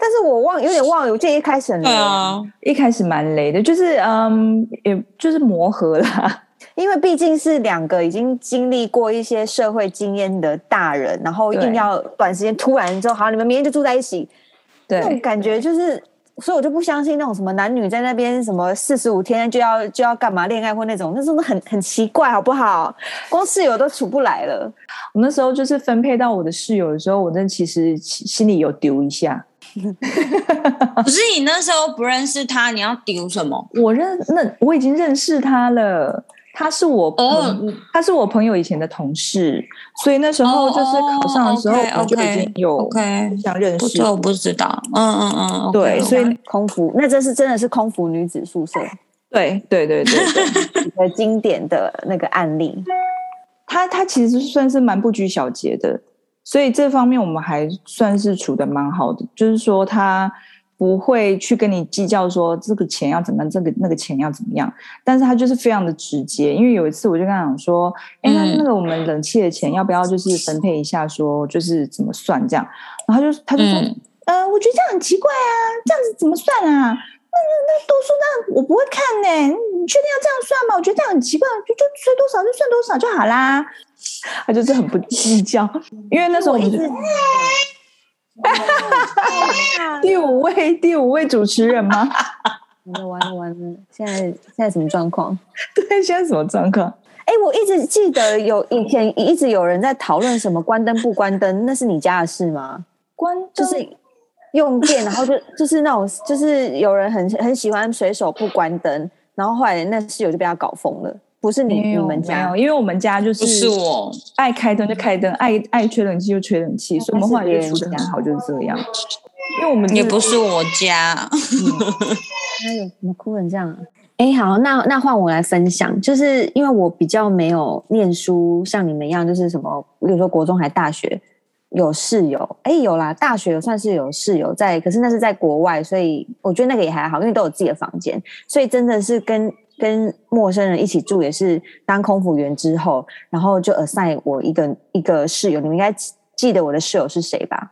[SPEAKER 4] 但是我忘有点忘了，我记得一开始很雷
[SPEAKER 1] 对，啊，
[SPEAKER 2] 一开始蛮雷的，就是嗯，也就是磨合啦。
[SPEAKER 4] 因为毕竟是两个已经经历过一些社会经验的大人，然后
[SPEAKER 2] 对
[SPEAKER 4] 硬要短时间突然之后，好，你们明天就住在一起，那种
[SPEAKER 2] 对，
[SPEAKER 4] 感觉就是，所以我就不相信那种什么男女在那边什么四十五天就要就要干嘛恋爱或那种，那真的很很奇怪，好不好？光室友都处不来了，
[SPEAKER 2] 我那时候就是分配到我的室友的时候，我真的其实心心里有丢一下。
[SPEAKER 1] 可是你那时候不认识他，你要丢什么？
[SPEAKER 2] 我认那我已经认识他了，他是我朋
[SPEAKER 1] 哦
[SPEAKER 2] 他是我朋友以前的同事，所以那时候就是考上的时候，
[SPEAKER 1] 哦，OK，
[SPEAKER 2] 我就已经有
[SPEAKER 1] OK，
[SPEAKER 2] 想认
[SPEAKER 1] 不
[SPEAKER 2] 识
[SPEAKER 1] 知。道，我不知道。嗯嗯嗯，
[SPEAKER 2] 对，所以
[SPEAKER 4] 啊空服那真是真的是空服女子宿舍
[SPEAKER 2] 对对对对对，
[SPEAKER 4] 一个经典的那个案例。
[SPEAKER 2] 他他其实算是蛮不拘小节的，所以这方面我们还算是处的蛮好的，就是说他不会去跟你计较说这个钱要怎么样，这个那个钱要怎么样，但是他就是非常的直接。因为有一次我就跟他讲说，哎，那
[SPEAKER 1] 嗯
[SPEAKER 2] 那个我们冷气的钱要不要就是分配一下，说就是怎么算这样，然后他就他就说，
[SPEAKER 1] 嗯
[SPEAKER 2] 呃，我觉得这样很奇怪啊，这样子怎么算啊？那那那多数那我不会看呢、你确定要这样算吗？我觉得这样很奇怪，就就吹多少就算多少就好啦。他就是很不计较，嗯因为那时候我们就第五 位第五位主持人 吗？
[SPEAKER 4] 完了嗯完了完了！现在现在什么状况？
[SPEAKER 2] 对，现在什么状况？
[SPEAKER 4] 哎、我一直记得有以前一直有人在讨论什么关灯不关灯，那是你家的事吗？
[SPEAKER 2] 关
[SPEAKER 4] 就
[SPEAKER 2] 就是是
[SPEAKER 4] 用电，然后就就是那种，就是有人很很喜欢随手不关灯，然后后来那室友就被他搞疯了，不是你
[SPEAKER 2] 没
[SPEAKER 4] 你
[SPEAKER 2] 有
[SPEAKER 4] 们
[SPEAKER 2] 没
[SPEAKER 4] 家
[SPEAKER 2] 有，，因为我们家就
[SPEAKER 1] 不是
[SPEAKER 2] 是
[SPEAKER 1] 我，
[SPEAKER 2] 爱开灯就开灯，爱爱吹冷气就吹冷气，所以我们后来就处的很好，就是这样。因为我们
[SPEAKER 1] 也
[SPEAKER 2] 就是
[SPEAKER 1] 不是我家。
[SPEAKER 4] 哎呦，怎么哭成这样、啊？哎，好，那那换我来分享，就是因为我比较没有念书，像你们一样，就是什么，比如说国中还大学有室友，哎，有啦，大学有算是有室友在，可是那是在国外，所以我觉得那个也还好，因为都有自己的房间，所以真的是跟跟陌生人一起住，也是当空服员之后，然后就 assign 我一个一个室友，你们应该记记得我的室友是谁吧？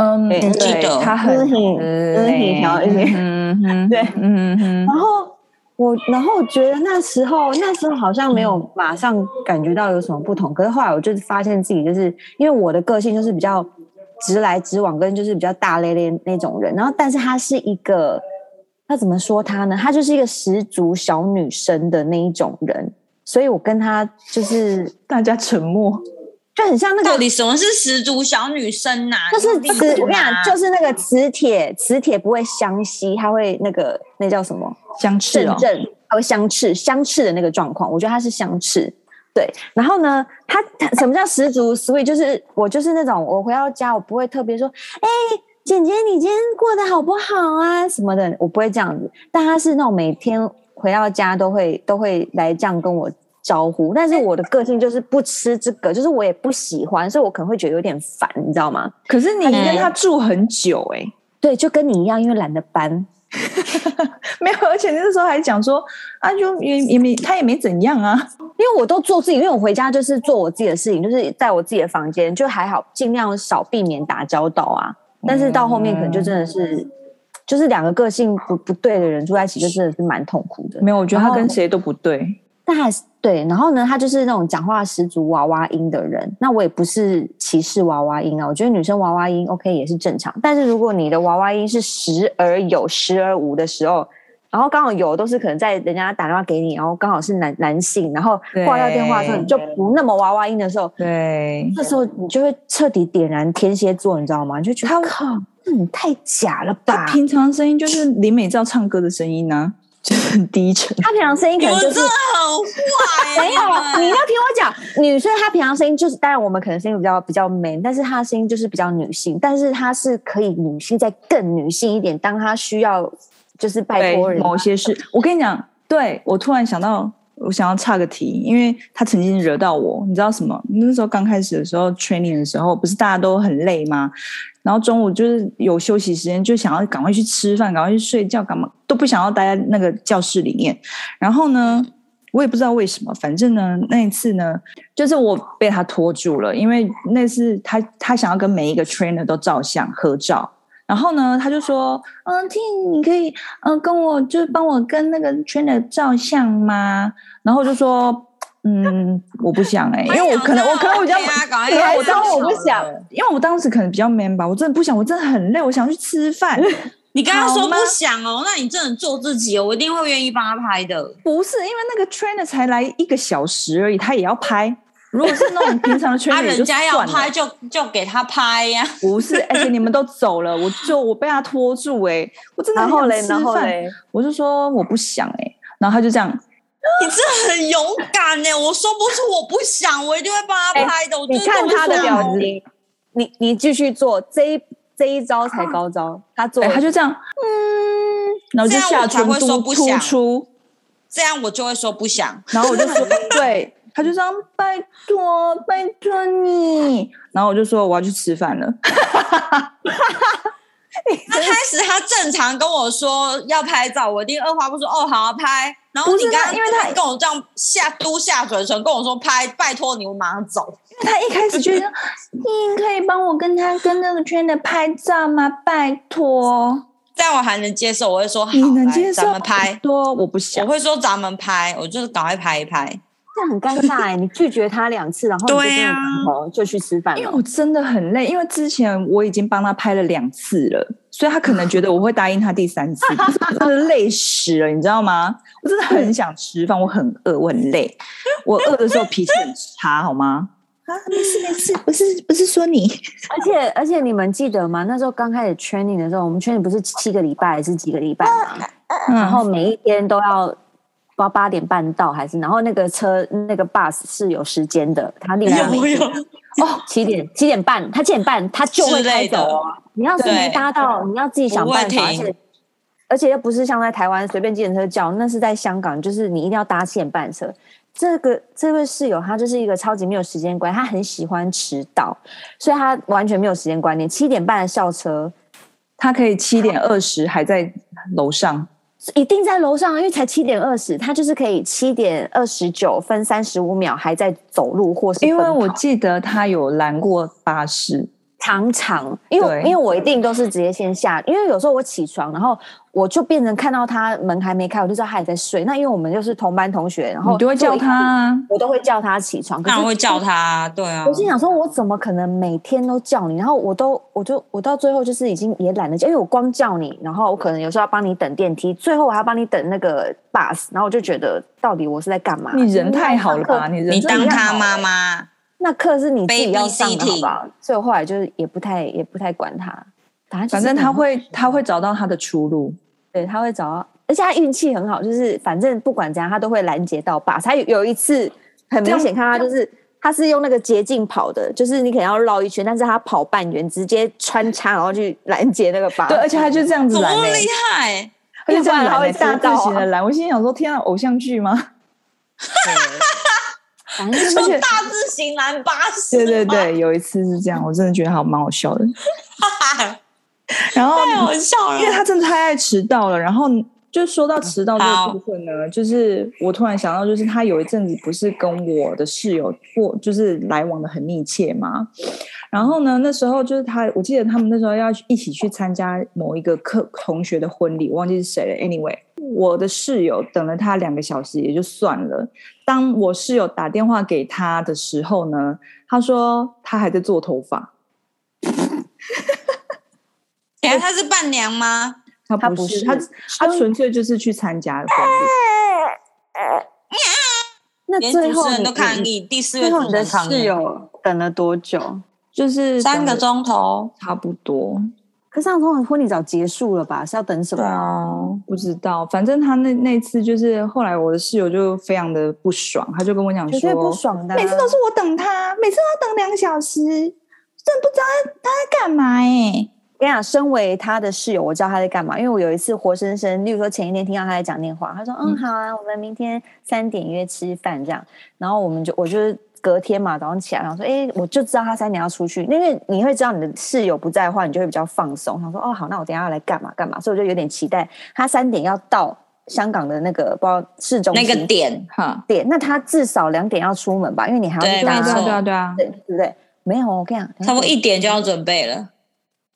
[SPEAKER 2] 嗯，
[SPEAKER 4] 对
[SPEAKER 2] 对
[SPEAKER 1] 记得
[SPEAKER 2] 他很
[SPEAKER 4] 嗯哼嗯哼
[SPEAKER 2] 嗯
[SPEAKER 4] 然后我然后我觉得那时候那时候好像没
[SPEAKER 1] 嗯
[SPEAKER 4] 有马上感觉到有什么不同，可是后来我就是发现自己就是因为我的个性就是比较直来直往，跟就是比较大咧咧那种人，然后但是她是一个，那怎么说她呢？她就是一个十足小女生的那一种人，所以我跟她就是
[SPEAKER 2] 大家沉默。
[SPEAKER 4] 就很像那
[SPEAKER 1] 到
[SPEAKER 4] 个。
[SPEAKER 1] 底什么是十足小女生呐、
[SPEAKER 4] 就是
[SPEAKER 1] 你啊到底
[SPEAKER 4] 磁，我跟你
[SPEAKER 1] 哪
[SPEAKER 4] 讲，就是那个磁铁，磁铁不会相吸，它会那个那叫什么？
[SPEAKER 2] 相斥
[SPEAKER 4] 阵
[SPEAKER 2] 哦，
[SPEAKER 4] 阵，它会呃相斥，相斥的那个状况，我觉得它是相斥。对，然后呢，他他什么叫十足 sweet？就是我就是那种我回到家，我不会特别说，哎、姐姐你今天过得好不好啊什么的，我不会这样子。但他是那种每天回到家都会都会来这样跟我招呼，但是我的个性就是不吃这个，就是我也不喜欢，所以我可能会觉得有点烦，你知道吗？
[SPEAKER 2] 可是你跟他住很久哎、
[SPEAKER 4] 对，就跟你一样，因为懒得搬，
[SPEAKER 2] 没有，而且那时候还讲说啊，就也也没他也没怎样啊，
[SPEAKER 4] 因为我都做自己，因为我回家就是做我自己的事情，就是在我自己的房间，就还好，尽量少避免打交道啊。但是到后面可能就真的是，就是两个个性不不对的人住在一起，就真的是蛮痛苦的。
[SPEAKER 2] 没有，我觉得
[SPEAKER 4] 然
[SPEAKER 2] 他
[SPEAKER 4] 后
[SPEAKER 2] 跟谁都不对，
[SPEAKER 4] 但还是对，然后呢，他就是那种讲话十足娃娃音的人。那我也不是歧视娃娃音啊，我觉得女生娃娃音 OK 也是正常。但是如果你的娃娃音是时而有时而无的时候，然后刚好有都是可能在人家打电话给你，然后刚好是男男性，然后挂掉电话的时候
[SPEAKER 2] 对
[SPEAKER 4] 你就不那么娃娃音的时候，
[SPEAKER 2] 对，
[SPEAKER 4] 那时候你就会彻底点燃天蝎座，你知道吗？你就觉得
[SPEAKER 2] 他
[SPEAKER 4] 靠，那你太假了吧
[SPEAKER 2] 他！平常声音就是林美照唱歌的声音呢、就是很低沉。
[SPEAKER 4] 他平常声音
[SPEAKER 1] 你
[SPEAKER 4] 可能
[SPEAKER 1] 们
[SPEAKER 4] 就
[SPEAKER 1] 真
[SPEAKER 4] 是
[SPEAKER 1] 的很坏、欸，
[SPEAKER 4] 没有，啊你要听我讲，女生她平常声音就是，当然我们可能声音比较比较 man，但是她的声音就是比较女性，但是她是可以女性再更女性一点，当她需要就是拜托
[SPEAKER 2] 对
[SPEAKER 4] 人
[SPEAKER 2] 某些事，我跟你讲，对我突然想到，我想要岔个题，因为他曾经惹到我，你知道什么？那时候刚开始的时候，training 的时候，不是大家都很累吗？然后中午就是有休息时间，就想要赶快去吃饭，赶快去睡觉，干嘛都不想要待在那个教室里面。然后呢，我也不知道为什么，反正呢，那一次呢，就是我被他拖住了，因为那次他他想要跟每一个 trainer 都照相合照，然后呢，他就说，嗯，T，你可以，嗯，跟我就是帮我跟那个 trainer 照相吗？然后我就说，嗯，我不想哎、因为我可能我可能我比较，
[SPEAKER 1] 因
[SPEAKER 2] 因为我当
[SPEAKER 4] 时我不想
[SPEAKER 2] 因为我当时可能比较 man 吧，我真的不想，我真的很累，我想去 吃饭。
[SPEAKER 1] 你刚刚说
[SPEAKER 2] 好
[SPEAKER 1] 不
[SPEAKER 2] 吗
[SPEAKER 1] 想哦，那你真的做自己哦，我一定会愿意帮他拍的。
[SPEAKER 2] 不是因为那个 trainer 才来一个小时而已，他也要拍。如果是那种平常的
[SPEAKER 1] 啊，
[SPEAKER 2] trainer，也
[SPEAKER 1] 人
[SPEAKER 2] 就
[SPEAKER 1] 家要
[SPEAKER 2] 算了
[SPEAKER 1] 拍就就给他拍呀、
[SPEAKER 2] 不 是，而且你们都走了，我就我被他拖住哎、我真的
[SPEAKER 4] 然
[SPEAKER 2] 很
[SPEAKER 4] 后
[SPEAKER 2] 想
[SPEAKER 4] 嘞，
[SPEAKER 2] 吃
[SPEAKER 4] 然后
[SPEAKER 2] 饭，
[SPEAKER 4] 嘞，
[SPEAKER 2] 我就说我不想哎、然后他就这样，
[SPEAKER 1] 你真的很勇敢呢、我说不出我不想，我一定会帮他拍的。我
[SPEAKER 4] 哎你
[SPEAKER 1] 真
[SPEAKER 4] 看
[SPEAKER 1] 这么
[SPEAKER 4] 她的
[SPEAKER 1] 说
[SPEAKER 4] 表情，你你继续做这一这一招才高招，她做
[SPEAKER 2] 啊对，
[SPEAKER 4] 了
[SPEAKER 2] 他就这样，嗯，然后就
[SPEAKER 1] 这样
[SPEAKER 2] 下
[SPEAKER 1] 我才
[SPEAKER 2] 唇
[SPEAKER 1] 会说
[SPEAKER 2] 突
[SPEAKER 1] 不
[SPEAKER 2] 突
[SPEAKER 1] 想
[SPEAKER 2] 出，
[SPEAKER 1] 这样我就会说不想。
[SPEAKER 2] 然后我就说 对，他就这样拜托拜托你，然后我就说我要去吃饭了，
[SPEAKER 1] 他开始他正常跟我说要拍照，我一定二话不说哦，好、啊、拍。然后
[SPEAKER 2] 不
[SPEAKER 1] 你
[SPEAKER 2] 是
[SPEAKER 1] 刚
[SPEAKER 2] 他
[SPEAKER 1] 刚
[SPEAKER 2] 因为他
[SPEAKER 1] 跟我这样下嘟下嘴唇，跟我说拍，拜托你，我马上走。
[SPEAKER 2] 他一开始就 说你可以帮我跟他跟那个圈的拍照吗？拜托，
[SPEAKER 1] 这样我还能接受，我会说好，
[SPEAKER 2] 你能
[SPEAKER 1] 来
[SPEAKER 2] 接受？
[SPEAKER 1] 咱们拍，
[SPEAKER 2] 多我不
[SPEAKER 1] 我
[SPEAKER 2] 想。
[SPEAKER 1] 会说咱们拍，我就是赶快拍一拍。
[SPEAKER 4] 这样很尴尬哎、你拒绝她两次，然后你就
[SPEAKER 1] 对
[SPEAKER 4] 真的
[SPEAKER 1] 啊
[SPEAKER 4] 转头就去吃饭
[SPEAKER 2] 因为
[SPEAKER 4] 了。
[SPEAKER 2] 我真的很累，因为之前我已经帮他拍了两次了，所以他可能觉得我会答应他第三 次，可是我真的累死了，你知道吗？我真的很想吃饭，我很饿，我很累，我饿的时候脾气很差，好吗？啊，没事没事，不是不是说你，
[SPEAKER 4] 而且而且你们记得吗？那时候刚开始 training 的时候，我们 training 不是七个礼拜还是几个礼拜吗？然
[SPEAKER 1] 嗯
[SPEAKER 2] 然
[SPEAKER 4] 后每一天都要八八点半到，还是然后那个车那个 bus 是有时间的，他例如
[SPEAKER 2] 啊
[SPEAKER 4] 每
[SPEAKER 1] 有有，
[SPEAKER 4] 哦七点七点半，他七点半他就
[SPEAKER 2] 啊
[SPEAKER 4] 会
[SPEAKER 1] 之
[SPEAKER 4] 开
[SPEAKER 1] 类的
[SPEAKER 4] 走哦。你要是没
[SPEAKER 1] 对
[SPEAKER 4] 搭到，你要自己想办
[SPEAKER 1] 不
[SPEAKER 4] 法，
[SPEAKER 1] 会
[SPEAKER 4] 而
[SPEAKER 1] 停
[SPEAKER 4] 且而且又不是像在台湾随便计程车叫，那是在香港，就是你一定要搭七点半的车。这个这位室友他就是一个超级没有时间观念，他很喜欢迟到，所以他完全没有时间观念。七点半的校车
[SPEAKER 2] 他可以七点二十还在楼上，
[SPEAKER 4] 一定在楼上啊，因为才七点二十，他就是可以七点二十九分三十五秒还在走路或是
[SPEAKER 2] 因为
[SPEAKER 4] 奔跑
[SPEAKER 2] 我记得他有拦过巴士，
[SPEAKER 4] 常常，因为
[SPEAKER 2] 对
[SPEAKER 4] 因为我一定都是直接先下，因为有时候我起床，然后我就变成看到他门还没开，我就知道他还在睡。那因为我们就是同班同学，然后
[SPEAKER 2] 你都会
[SPEAKER 4] 就
[SPEAKER 2] 叫
[SPEAKER 4] 一
[SPEAKER 2] 他啊，
[SPEAKER 4] 我都会叫他起床，可
[SPEAKER 1] 当
[SPEAKER 4] 是
[SPEAKER 1] 然会叫他啊，对啊
[SPEAKER 4] 我。心想说，我怎么可能每天都叫你？然后我都，我就，我到最后就是已经也懒得叫，因为我光叫你，然后我可能有时候要帮你等电梯，最后我还要帮你等那个 bus，然后我就觉得到底我是在干嘛？
[SPEAKER 2] 你人太好了吧？
[SPEAKER 4] 那课
[SPEAKER 2] 你人
[SPEAKER 1] 你
[SPEAKER 2] 真的
[SPEAKER 1] 当
[SPEAKER 4] 样
[SPEAKER 1] 他
[SPEAKER 4] 好
[SPEAKER 1] 妈
[SPEAKER 4] 欸
[SPEAKER 1] 妈，
[SPEAKER 4] 那课是你自己要上
[SPEAKER 1] Baby
[SPEAKER 4] 的，好不好？所以我后来就是也不太也不太管他，反正就是
[SPEAKER 2] 反正他，会他会找到他的出路。
[SPEAKER 4] 对，他会找到，而且他运气很好，就是反正不管怎样，他都会拦截到 bus。他有有一次很明显看他就是。他是用那个捷径跑的，就是你可能要绕一圈，但是他跑半圆，直接穿插，然后去拦截那个 bus。
[SPEAKER 2] 对，而且他就这样子
[SPEAKER 1] 怎么
[SPEAKER 2] 来
[SPEAKER 1] 那么
[SPEAKER 2] 欸，
[SPEAKER 1] 厉害？
[SPEAKER 2] 他就这样
[SPEAKER 4] 要
[SPEAKER 2] 来
[SPEAKER 4] 不然他
[SPEAKER 2] 欸，
[SPEAKER 4] 会吓
[SPEAKER 2] 自
[SPEAKER 4] 到啊
[SPEAKER 2] 行的来。我心想说，天啊，偶像剧吗？
[SPEAKER 4] 反正就是
[SPEAKER 2] 而且
[SPEAKER 1] 说大字型男八十，
[SPEAKER 2] 对对，对，有一次是这样，我真的觉得好蛮好笑的。 然后
[SPEAKER 1] 太好笑了
[SPEAKER 2] 因为。他真的太爱迟到了。然后就说到迟到这个部分呢，就是我突然想到，就是他有一阵子不是跟我的室友过，就是来往的很密切嘛。然后呢，那时候就是他，我记得他们那时候要一起去参加某一个课同学的婚礼，忘记是谁了。Anyway，我的室友等了他两个小时也就算了。当我室友打电话给他的时候呢，他说他还在做头发。
[SPEAKER 1] 等哎一下他是伴娘吗？
[SPEAKER 2] 他
[SPEAKER 4] 他
[SPEAKER 2] 不
[SPEAKER 4] 不
[SPEAKER 2] 是
[SPEAKER 4] 是
[SPEAKER 2] 他，他纯粹就是去参加婚礼。
[SPEAKER 4] 那
[SPEAKER 1] 连
[SPEAKER 4] 最
[SPEAKER 1] 主
[SPEAKER 4] 后
[SPEAKER 1] 持人
[SPEAKER 4] 你
[SPEAKER 1] 都抗，议，第四位
[SPEAKER 4] 最
[SPEAKER 1] 主
[SPEAKER 4] 后
[SPEAKER 1] 持
[SPEAKER 4] 你的
[SPEAKER 1] 人抗
[SPEAKER 4] 室
[SPEAKER 1] 议，
[SPEAKER 4] 友等了多久？
[SPEAKER 2] 就是
[SPEAKER 1] 三个
[SPEAKER 2] 等
[SPEAKER 1] 钟头。
[SPEAKER 2] 差不多，
[SPEAKER 4] 可是上次婚礼早结束了吧？是要等什么？
[SPEAKER 1] 啊，
[SPEAKER 2] 不知道。反正他那那次就是后来我的室友就非常的不爽，他就跟我讲
[SPEAKER 4] 绝
[SPEAKER 2] 说，
[SPEAKER 4] 对不爽的啊、
[SPEAKER 2] 每次都是我等他，每次都要等两个小时，真的不知道他他在干嘛哎、
[SPEAKER 4] 跟你讲，身为他的室友，我知道他在干嘛，因为我有一次活生生，例如说前一天听到他在讲电话，他说：“嗯，好啊，我们明天三点约吃饭这样。”然后我们就我就是隔天嘛，早上起来，然后说：“哎、我就知道他三点要出去，因为你会知道你的室友不在的话，你就会比较放松。”想说：“哦，好，那我等一下要来干嘛干嘛。”所以我就有点期待他三点要到香港的那个不知道市中
[SPEAKER 1] 那
[SPEAKER 4] 心
[SPEAKER 1] 个点
[SPEAKER 2] 哈，
[SPEAKER 4] 点，那他至少两点要出门吧，因为你还要
[SPEAKER 1] 对
[SPEAKER 4] 去
[SPEAKER 2] 对
[SPEAKER 4] 搭
[SPEAKER 2] 啊对
[SPEAKER 1] 没
[SPEAKER 2] 啊
[SPEAKER 1] 错
[SPEAKER 2] 对啊对啊，
[SPEAKER 4] 对对不对？没有，我跟你讲，
[SPEAKER 1] 差不多
[SPEAKER 4] 2点
[SPEAKER 1] 一点就要准备了。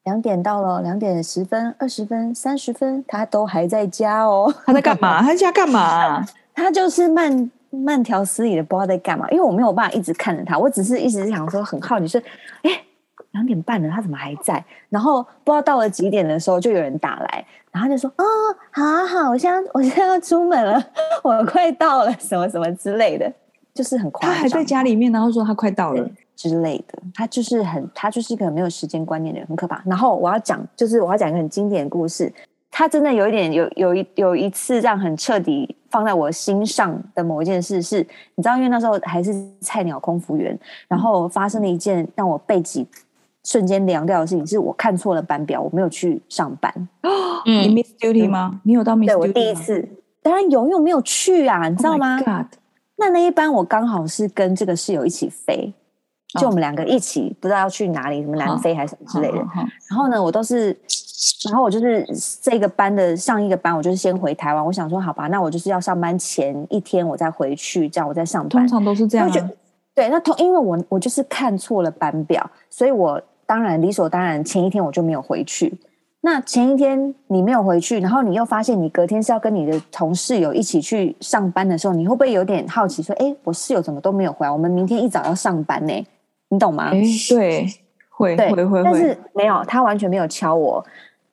[SPEAKER 4] 两点到了，两点十分、二十分、三十分，他都还在家哦。
[SPEAKER 2] 他在干嘛？他在家干嘛、
[SPEAKER 4] 他就是慢慢条斯理的，不知道在干嘛。因为我没有办法一直看着他，我只是一直想说很好奇，是哎两点半了，他怎么还在？然后不知道到了几点的时候，就有人打来，然后他就说：“哦，好啊好，我现在我现在要出门了， 我快到了，什么什么之类的，就是很夸
[SPEAKER 2] 他
[SPEAKER 4] 张。”
[SPEAKER 2] 还在家里面，然后说他快到了，
[SPEAKER 4] 之类的，他就是很，他就是一个没有时间观念的人，很可怕。然后我要讲，就是我要讲一个很经典的故事，他真的有一点有有一有一次让很彻底放在我心上的某一件事是，你知道，因为那时候还是菜鸟空服员，然后发生了一件让我背脊瞬间凉掉的事情，是我看错了班表，我没有去上班，
[SPEAKER 2] 你
[SPEAKER 1] 嗯，
[SPEAKER 2] miss duty 吗？你有到 miss
[SPEAKER 4] 对我
[SPEAKER 2] duty
[SPEAKER 4] 第一
[SPEAKER 2] 吗
[SPEAKER 4] 次，当然有，因为我没有去啊，你知道
[SPEAKER 2] Oh my
[SPEAKER 4] 吗
[SPEAKER 2] God
[SPEAKER 4] 那那一班我刚好是跟这个室友一起飞，
[SPEAKER 2] 哦哦
[SPEAKER 4] 就我们两个一起不知道要去哪里，什么南非还是什么之类的。
[SPEAKER 2] 好好好
[SPEAKER 4] 然后呢，我都是，然后我就是这个班的上一个班，我就是先回台湾。我想说，好吧，那我就是要上班前一天我再回去，这样我再上
[SPEAKER 2] 通。
[SPEAKER 4] 班
[SPEAKER 2] 常都是这
[SPEAKER 4] 因
[SPEAKER 2] 样、
[SPEAKER 4] 为觉
[SPEAKER 2] 啊
[SPEAKER 4] 得。对，那同因为我我就是看错了班表，所以我当然理所当然前一天我就没有回去。那前一天你没有回去，然后你又发现你隔天是要跟你的同事有一起去上班的时候，你会不会有点好奇说，哎，我室友怎么都没有回来？我们明天一早要上班呢、你懂吗？
[SPEAKER 2] 哎、对，会
[SPEAKER 4] 对
[SPEAKER 2] 会会
[SPEAKER 4] 但
[SPEAKER 2] 会
[SPEAKER 4] 是，没有，他完全没有敲我。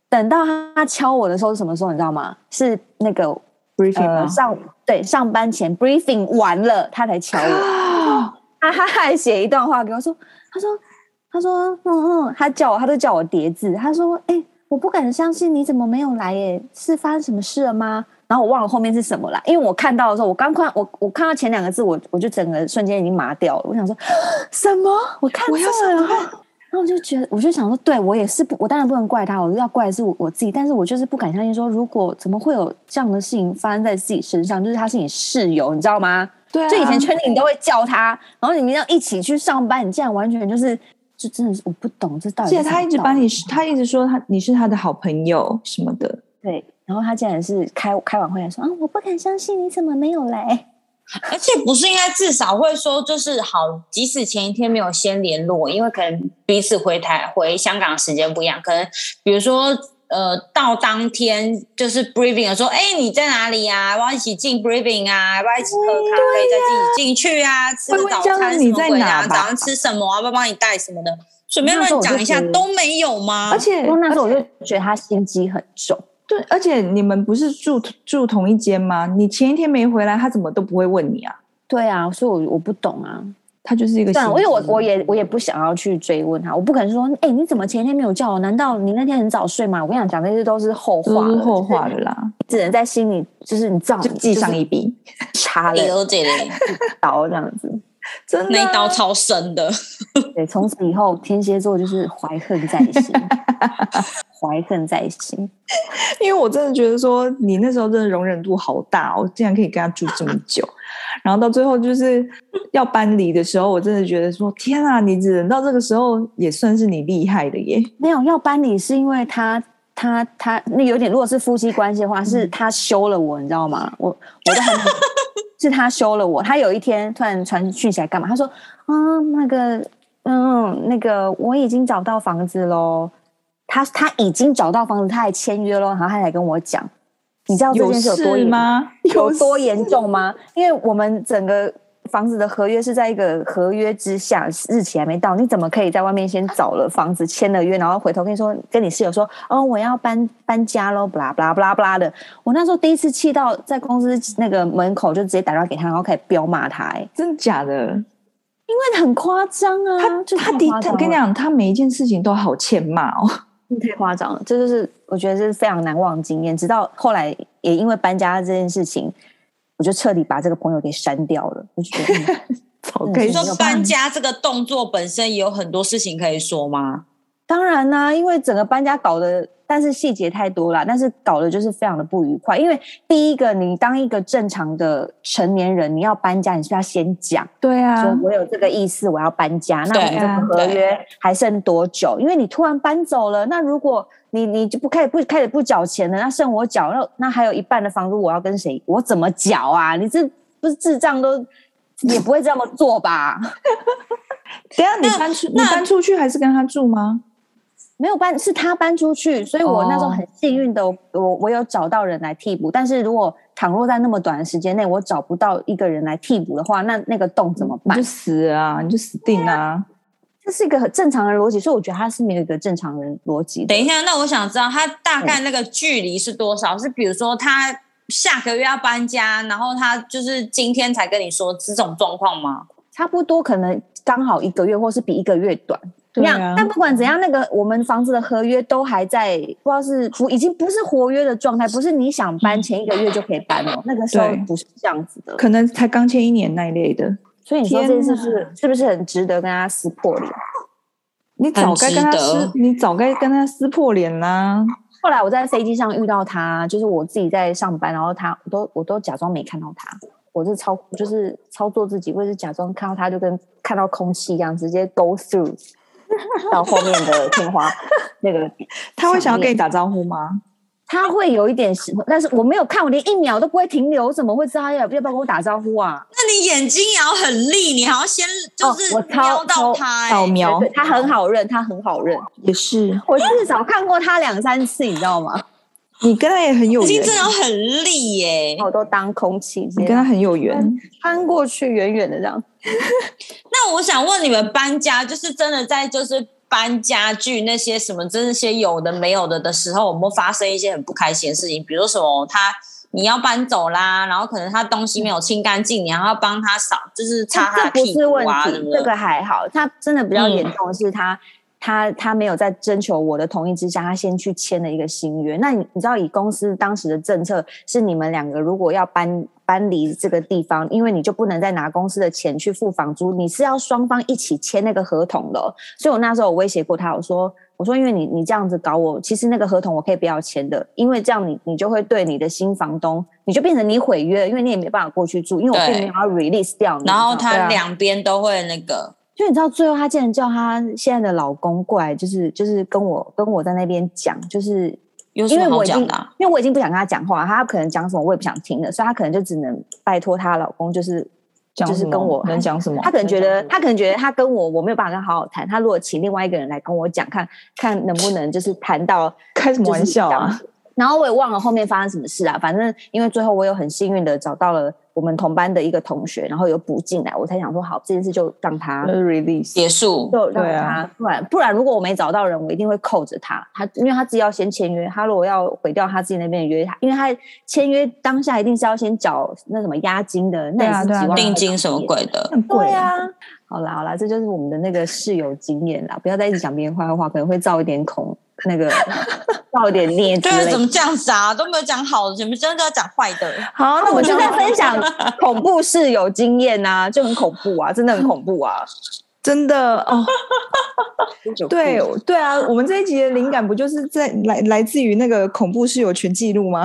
[SPEAKER 4] 等到他敲我的时候是什么时候？你知道吗？是那个
[SPEAKER 2] briefing
[SPEAKER 4] 呃
[SPEAKER 2] 吗？
[SPEAKER 4] 上对上班前 briefing 完了，他才敲我。
[SPEAKER 2] 啊，
[SPEAKER 4] 他他还写一段话给我说，他说他说嗯嗯，他叫我他都叫我叠字，他说哎、我不敢相信你怎么没有来耶，是发生什么事了吗？然后我忘了后面是什么啦，因为我看到的时候，我刚看我我看到前两个字，我我就整个瞬间已经麻掉了，我想说什么？我看
[SPEAKER 2] 我
[SPEAKER 4] 错
[SPEAKER 2] 要上
[SPEAKER 4] 了吗。然后我就觉得，我就想说，对我也是不，我当然不能怪他，我要怪的是我我自己，但是我就是不敢相信说，如果怎么会有这样的事情发生在自己身上，就是他是你室友，你知道吗？
[SPEAKER 2] 对啊，
[SPEAKER 4] 就以前圈里你都会叫他，然后你们要一起去上班，你竟然完全就是，就真的是我不懂这到
[SPEAKER 2] 而且
[SPEAKER 4] 底是什么道理。
[SPEAKER 2] 他一直把
[SPEAKER 4] 啊
[SPEAKER 2] 你，他一直说他你是他的好朋友什么的，
[SPEAKER 4] 对，然后他竟然是开开完会来说啊，我不敢相信你怎么没有来，
[SPEAKER 1] 而且不是应该至少会说，就是好，即使前一天没有先联络，因为可能彼此回台回香港时间不一样，可能比如说呃，到当天就是 briefing 的说，哎、你在哪里啊？要不要一起进 briefing 啊？要不要一起喝咖啡、再一起进去啊？吃
[SPEAKER 2] 嗯会
[SPEAKER 1] 个
[SPEAKER 2] 问
[SPEAKER 1] 早
[SPEAKER 2] 江
[SPEAKER 1] 餐
[SPEAKER 2] 南
[SPEAKER 1] 什
[SPEAKER 2] 你
[SPEAKER 1] 么
[SPEAKER 2] 在
[SPEAKER 1] 鬼
[SPEAKER 2] 哪
[SPEAKER 1] 啊？
[SPEAKER 2] 吧
[SPEAKER 1] 早上吃什么啊？要不要帮你带什么的？随便
[SPEAKER 4] 那时候
[SPEAKER 1] 乱
[SPEAKER 4] 我就
[SPEAKER 1] 讲一下
[SPEAKER 4] 觉得
[SPEAKER 1] 都没有吗？
[SPEAKER 2] 而且
[SPEAKER 4] 啊那时候我就觉得他心机很重，
[SPEAKER 2] 对，而且你们不是住住同一间吗？你前一天没回来，他怎么都不会问你啊？
[SPEAKER 4] 对啊，所以我我不懂啊。
[SPEAKER 2] 他就是一个
[SPEAKER 4] 算了，因
[SPEAKER 2] 心
[SPEAKER 4] 啊为我
[SPEAKER 2] 机
[SPEAKER 4] 我也我也不想要去追问他，我不可能说，哎、你怎么前一天没有叫我？难道你那天很早睡吗？我跟你讲，讲这些都是后话
[SPEAKER 2] 都
[SPEAKER 4] 了，
[SPEAKER 2] 是后话
[SPEAKER 4] 就
[SPEAKER 2] 了
[SPEAKER 4] 是
[SPEAKER 2] 啦，
[SPEAKER 4] 只能在心里，就是你知道，
[SPEAKER 2] 就记上一笔，
[SPEAKER 4] 查了
[SPEAKER 1] 也有这类，
[SPEAKER 4] 刀这样子。
[SPEAKER 2] 真的
[SPEAKER 1] 那
[SPEAKER 2] 啊
[SPEAKER 1] 一刀超深的。
[SPEAKER 4] 对，从此以后天蝎座就是怀恨在心，怀恨在心。
[SPEAKER 2] 因为我真的觉得说你那时候真的容忍度好大哦，我竟然可以跟他住 这么久，然后到最后就是要搬离的时候，我真的觉得说天啊，你忍到这个时候也算是你厉害的耶。
[SPEAKER 4] 没有要搬你是因为他。他他那有点，如果是夫妻关系的话，是他休了我，你知道吗？我我都很是他休了我。他有一天突然传讯息来干嘛？他说：“嗯，那个，嗯，那个，我已经找到房子喽。他他已经找到房子，他还签约喽，然后他才跟我讲。你知道这
[SPEAKER 2] 有
[SPEAKER 4] 件事有多
[SPEAKER 2] 事
[SPEAKER 4] 严
[SPEAKER 2] 吗？
[SPEAKER 4] 有
[SPEAKER 2] 事
[SPEAKER 4] 多严重吗？因为我们整个房子的合约是在一个合约之下，日期还没到，你怎么可以在外面先找了房子签了约，然后回头跟你说跟你室友说，哦，我要搬搬家喽，不啦不啦不啦不啦的。我那时候第一次气到在公司那个门口就直接打电话给他，然后开始彪骂他、哎，
[SPEAKER 2] 真的假的？
[SPEAKER 4] 因为很夸张啊，
[SPEAKER 2] 他
[SPEAKER 4] 就
[SPEAKER 2] 他
[SPEAKER 4] 太
[SPEAKER 2] 的
[SPEAKER 4] 夸
[SPEAKER 2] 他，
[SPEAKER 4] 张
[SPEAKER 2] 我跟你
[SPEAKER 4] 了，
[SPEAKER 2] 讲，他每一件事情都好欠骂哦。
[SPEAKER 4] 太夸张了，这就是我觉得这是非常难忘的经验。直到后来也因为搬家这件事情。我就彻底把这个朋友给删掉了，我就觉得、嗯
[SPEAKER 2] 早
[SPEAKER 4] 嗯
[SPEAKER 2] 该
[SPEAKER 1] 你
[SPEAKER 4] 就
[SPEAKER 1] 说
[SPEAKER 4] 是
[SPEAKER 2] 死
[SPEAKER 1] 搬家这个动作本身也有很多事情可以说吗？
[SPEAKER 4] 当然啦、因为整个搬家搞的，但是细节太多啦，但是搞的就是非常的不愉快。因为第一个，你当一个正常的成年人，你要搬家，你是不是要先讲，
[SPEAKER 2] 对啊
[SPEAKER 4] 说，我有这个意思，我要搬家。那我们
[SPEAKER 1] 对
[SPEAKER 4] 这
[SPEAKER 2] 啊
[SPEAKER 4] 个合约还剩多久？因为你突然搬走了，那如果你你就不开始不开始不缴钱了，那剩我缴，那那还有一半的房租我要跟谁？我怎么缴啊？你这不是智障都也不会这么做吧？
[SPEAKER 2] 等一下你搬出你
[SPEAKER 1] 那
[SPEAKER 2] 搬出去还是跟他住吗？
[SPEAKER 4] 没有搬，是他搬出去，所以我那
[SPEAKER 2] 哦
[SPEAKER 4] 时候很幸运的，我我有找到人来替补。但是如果倘若在那么短的时间内我找不到一个人来替补的话，那那个洞怎么
[SPEAKER 2] 你
[SPEAKER 4] 办
[SPEAKER 2] 就？死啊，你就死定啊！
[SPEAKER 4] 这是一个很正常的逻辑，所以我觉得他是没有一个正常人逻辑的。
[SPEAKER 1] 等一下，那我想知道他大
[SPEAKER 4] 嗯
[SPEAKER 1] 概那个距离是多少？是比如说他下个月要搬家，然后他就是今天才跟你说这种状况吗？
[SPEAKER 4] 差不多可能刚好一个月，或是比一个月短。
[SPEAKER 2] 对
[SPEAKER 4] 一
[SPEAKER 2] 啊
[SPEAKER 4] 样但不管怎样，那个我们房子的合约都还在，不知道是不已经不是活约的状态，不是你想搬前一个月就可以搬哦，那个时候
[SPEAKER 2] 嗯对
[SPEAKER 4] 不是这样子的。
[SPEAKER 2] 可能才刚签一年那一类的，
[SPEAKER 4] 所以你说这件事是不
[SPEAKER 2] 天
[SPEAKER 4] 是是不是很值得跟他撕破脸？
[SPEAKER 2] 你早该跟他
[SPEAKER 1] 很值得
[SPEAKER 2] 撕，你早该跟他撕破脸啦。
[SPEAKER 4] 后来我在飞机上遇到他，就是我自己在上班，然后他我都我都假装没看到他，我是操就是操作自己，或者是假装看到他就跟看到空气一样，直接 go through 到后面的天花那个。
[SPEAKER 2] 他会想要
[SPEAKER 4] 想念
[SPEAKER 2] 跟你打招呼吗？
[SPEAKER 4] 他会有一点是，但是我没有看，我连一秒都不会停留，我怎么会知道他要要不要跟我打招呼啊？
[SPEAKER 1] 那你眼睛也要很利，你还要先就是
[SPEAKER 4] 哦我超
[SPEAKER 1] 瞄
[SPEAKER 4] 哦
[SPEAKER 1] 到他、
[SPEAKER 2] 扫
[SPEAKER 1] 欸。
[SPEAKER 2] 描
[SPEAKER 4] 对，他很好认，他很好认，
[SPEAKER 2] 也是，
[SPEAKER 4] 我至少看过他两三次，你知道吗？
[SPEAKER 2] 你跟他也很有
[SPEAKER 1] 眼睛
[SPEAKER 2] 缘，
[SPEAKER 1] 真的要很利耶、
[SPEAKER 4] 我都当空气，直
[SPEAKER 2] 你
[SPEAKER 4] 接
[SPEAKER 2] 跟他很有
[SPEAKER 4] 嗯
[SPEAKER 2] 缘。
[SPEAKER 4] 穿过去，远远的这样。
[SPEAKER 1] 那我想问你们搬家，就是真的在就是搬家具那些什么这些有的没有的的时候，有没有发生一些很不开心的事情？比如说什么他你要搬走啦，然后可能他东西没有清干净，你还要帮他扫，就是擦他
[SPEAKER 4] 这
[SPEAKER 1] 的
[SPEAKER 4] 不
[SPEAKER 1] 屁
[SPEAKER 4] 是问
[SPEAKER 1] 股啊什
[SPEAKER 4] 题
[SPEAKER 1] 么，
[SPEAKER 4] 这
[SPEAKER 1] 的。
[SPEAKER 4] 个还好。他真的比较
[SPEAKER 1] 嗯
[SPEAKER 4] 严重的是他，他他没有在征求我的同意之下，他先去签了一个新约。那你你知道，以公司当时的政策是，你们两个如果要搬搬离这个地方，因为你就不能再拿公司的钱去付房租，你是要双方一起签那个合同的哦、所以我那时候我威胁过他，我说。我说，因为你你这样子搞我，其实那个合同我可以不要签的，因为这样你你就会对你的新房东，你就变成你毁约，因为你也没办法过去住，因为我
[SPEAKER 1] 对
[SPEAKER 4] 并没有要 release 掉你。
[SPEAKER 1] 然后
[SPEAKER 4] 你知道吗对
[SPEAKER 1] 他
[SPEAKER 4] 啊
[SPEAKER 1] 两边都会那个，
[SPEAKER 4] 就你知道，最后她竟然叫她现在的老公过来，就是就是跟我跟我在那边讲，就是
[SPEAKER 1] 有什
[SPEAKER 4] 因为
[SPEAKER 1] 么好
[SPEAKER 4] 我已经
[SPEAKER 1] 讲的啊、
[SPEAKER 4] 因为我已经不想跟他讲话，他可能讲什么我也不想听了，所以他可能就只能拜托她老公，就是
[SPEAKER 2] 讲
[SPEAKER 4] 就是
[SPEAKER 2] 什么
[SPEAKER 4] 跟我
[SPEAKER 2] 能讲什
[SPEAKER 1] 哦
[SPEAKER 2] 么？
[SPEAKER 4] 他可能觉
[SPEAKER 2] 能
[SPEAKER 4] 得
[SPEAKER 2] 讲什么
[SPEAKER 4] 他可能觉得他跟我我没有办法跟他好好谈，他如果请另外一个人来跟我讲，看看能不能就是 谈到
[SPEAKER 2] 开什么玩笑啊？
[SPEAKER 4] 然后我也忘了后面发生什么事啊，反正因为最后我有很幸运的找到了我们同班的一个同学，然后有补进来，我才想说好这件事就让他
[SPEAKER 2] 就是 release
[SPEAKER 1] 结束，
[SPEAKER 4] 就让
[SPEAKER 2] 对
[SPEAKER 4] 他，
[SPEAKER 2] 啊
[SPEAKER 4] 不然不然如果我没找到人，我一定会扣着他。他因为他自己要先签约，他如果要毁掉他自己那边的约，因为他签约当下一定是要先缴那什么押金的，那
[SPEAKER 2] 对啊
[SPEAKER 4] 也是几
[SPEAKER 2] 对啊
[SPEAKER 4] 万块
[SPEAKER 1] 定金
[SPEAKER 4] 港
[SPEAKER 1] 什么
[SPEAKER 4] 币
[SPEAKER 1] 鬼的，
[SPEAKER 2] 很贵
[SPEAKER 4] 对啊，好啦好啦，这就是我们的那个室友经验啦，不要再一直讲别人坏话，可能会造一点恐 那个造一点孽之
[SPEAKER 1] 对
[SPEAKER 4] 类
[SPEAKER 1] 啊，
[SPEAKER 4] 的
[SPEAKER 1] 怎么这样子啊？都没有讲好的，怎么真的要讲坏的？
[SPEAKER 2] 好，那
[SPEAKER 4] 我
[SPEAKER 2] 我
[SPEAKER 4] 就
[SPEAKER 2] 就
[SPEAKER 4] 在分享恐怖室友经验呐、就很恐怖啊，真的很恐怖啊。
[SPEAKER 2] 真的哦， 对对啊，我们这一集的灵感不就是在来来自于那个恐怖室友全记录吗？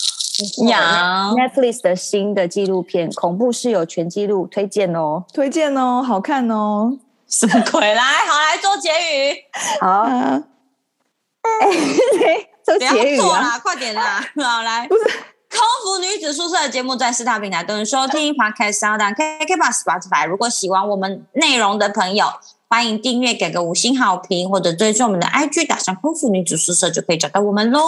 [SPEAKER 1] 呀，
[SPEAKER 4] Netflix 的新的纪录片《恐怖室友全纪录》推荐哦。
[SPEAKER 2] 推荐哦，好看哦。
[SPEAKER 1] 什么鬼？来，好来做结语，
[SPEAKER 4] 好，
[SPEAKER 2] 啊， 哎
[SPEAKER 4] 周
[SPEAKER 1] 不
[SPEAKER 4] 杰
[SPEAKER 1] 要
[SPEAKER 4] 宇
[SPEAKER 1] 做
[SPEAKER 4] 啊，
[SPEAKER 1] 啦，快点啦，好来。空服女子宿舍的节目在四大平台都能收听，Podcast、Sound、KK b o Spotify。如果喜欢我们内容的朋友，欢迎订阅，给个五星好评，或者追踪我们的 IG，打上“空腹女子宿舍”就可以找到我们喽。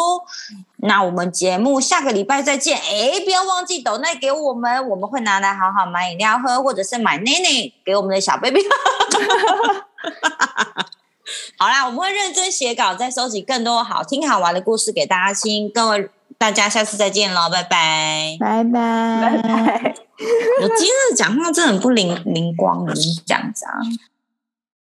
[SPEAKER 1] 那我们节目下个礼拜再见，哎，不要忘记抖内给我们，我们会拿来好好买饮料喝，或者是买内内给我们的小 baby。好啦，我们会认真写稿，再收集更多好听好玩的故事给大家听。各位，大家下次再见喽，拜拜。
[SPEAKER 2] 拜拜
[SPEAKER 4] 拜拜。
[SPEAKER 1] 我今天的讲话真的很不灵灵光，我跟你讲啊。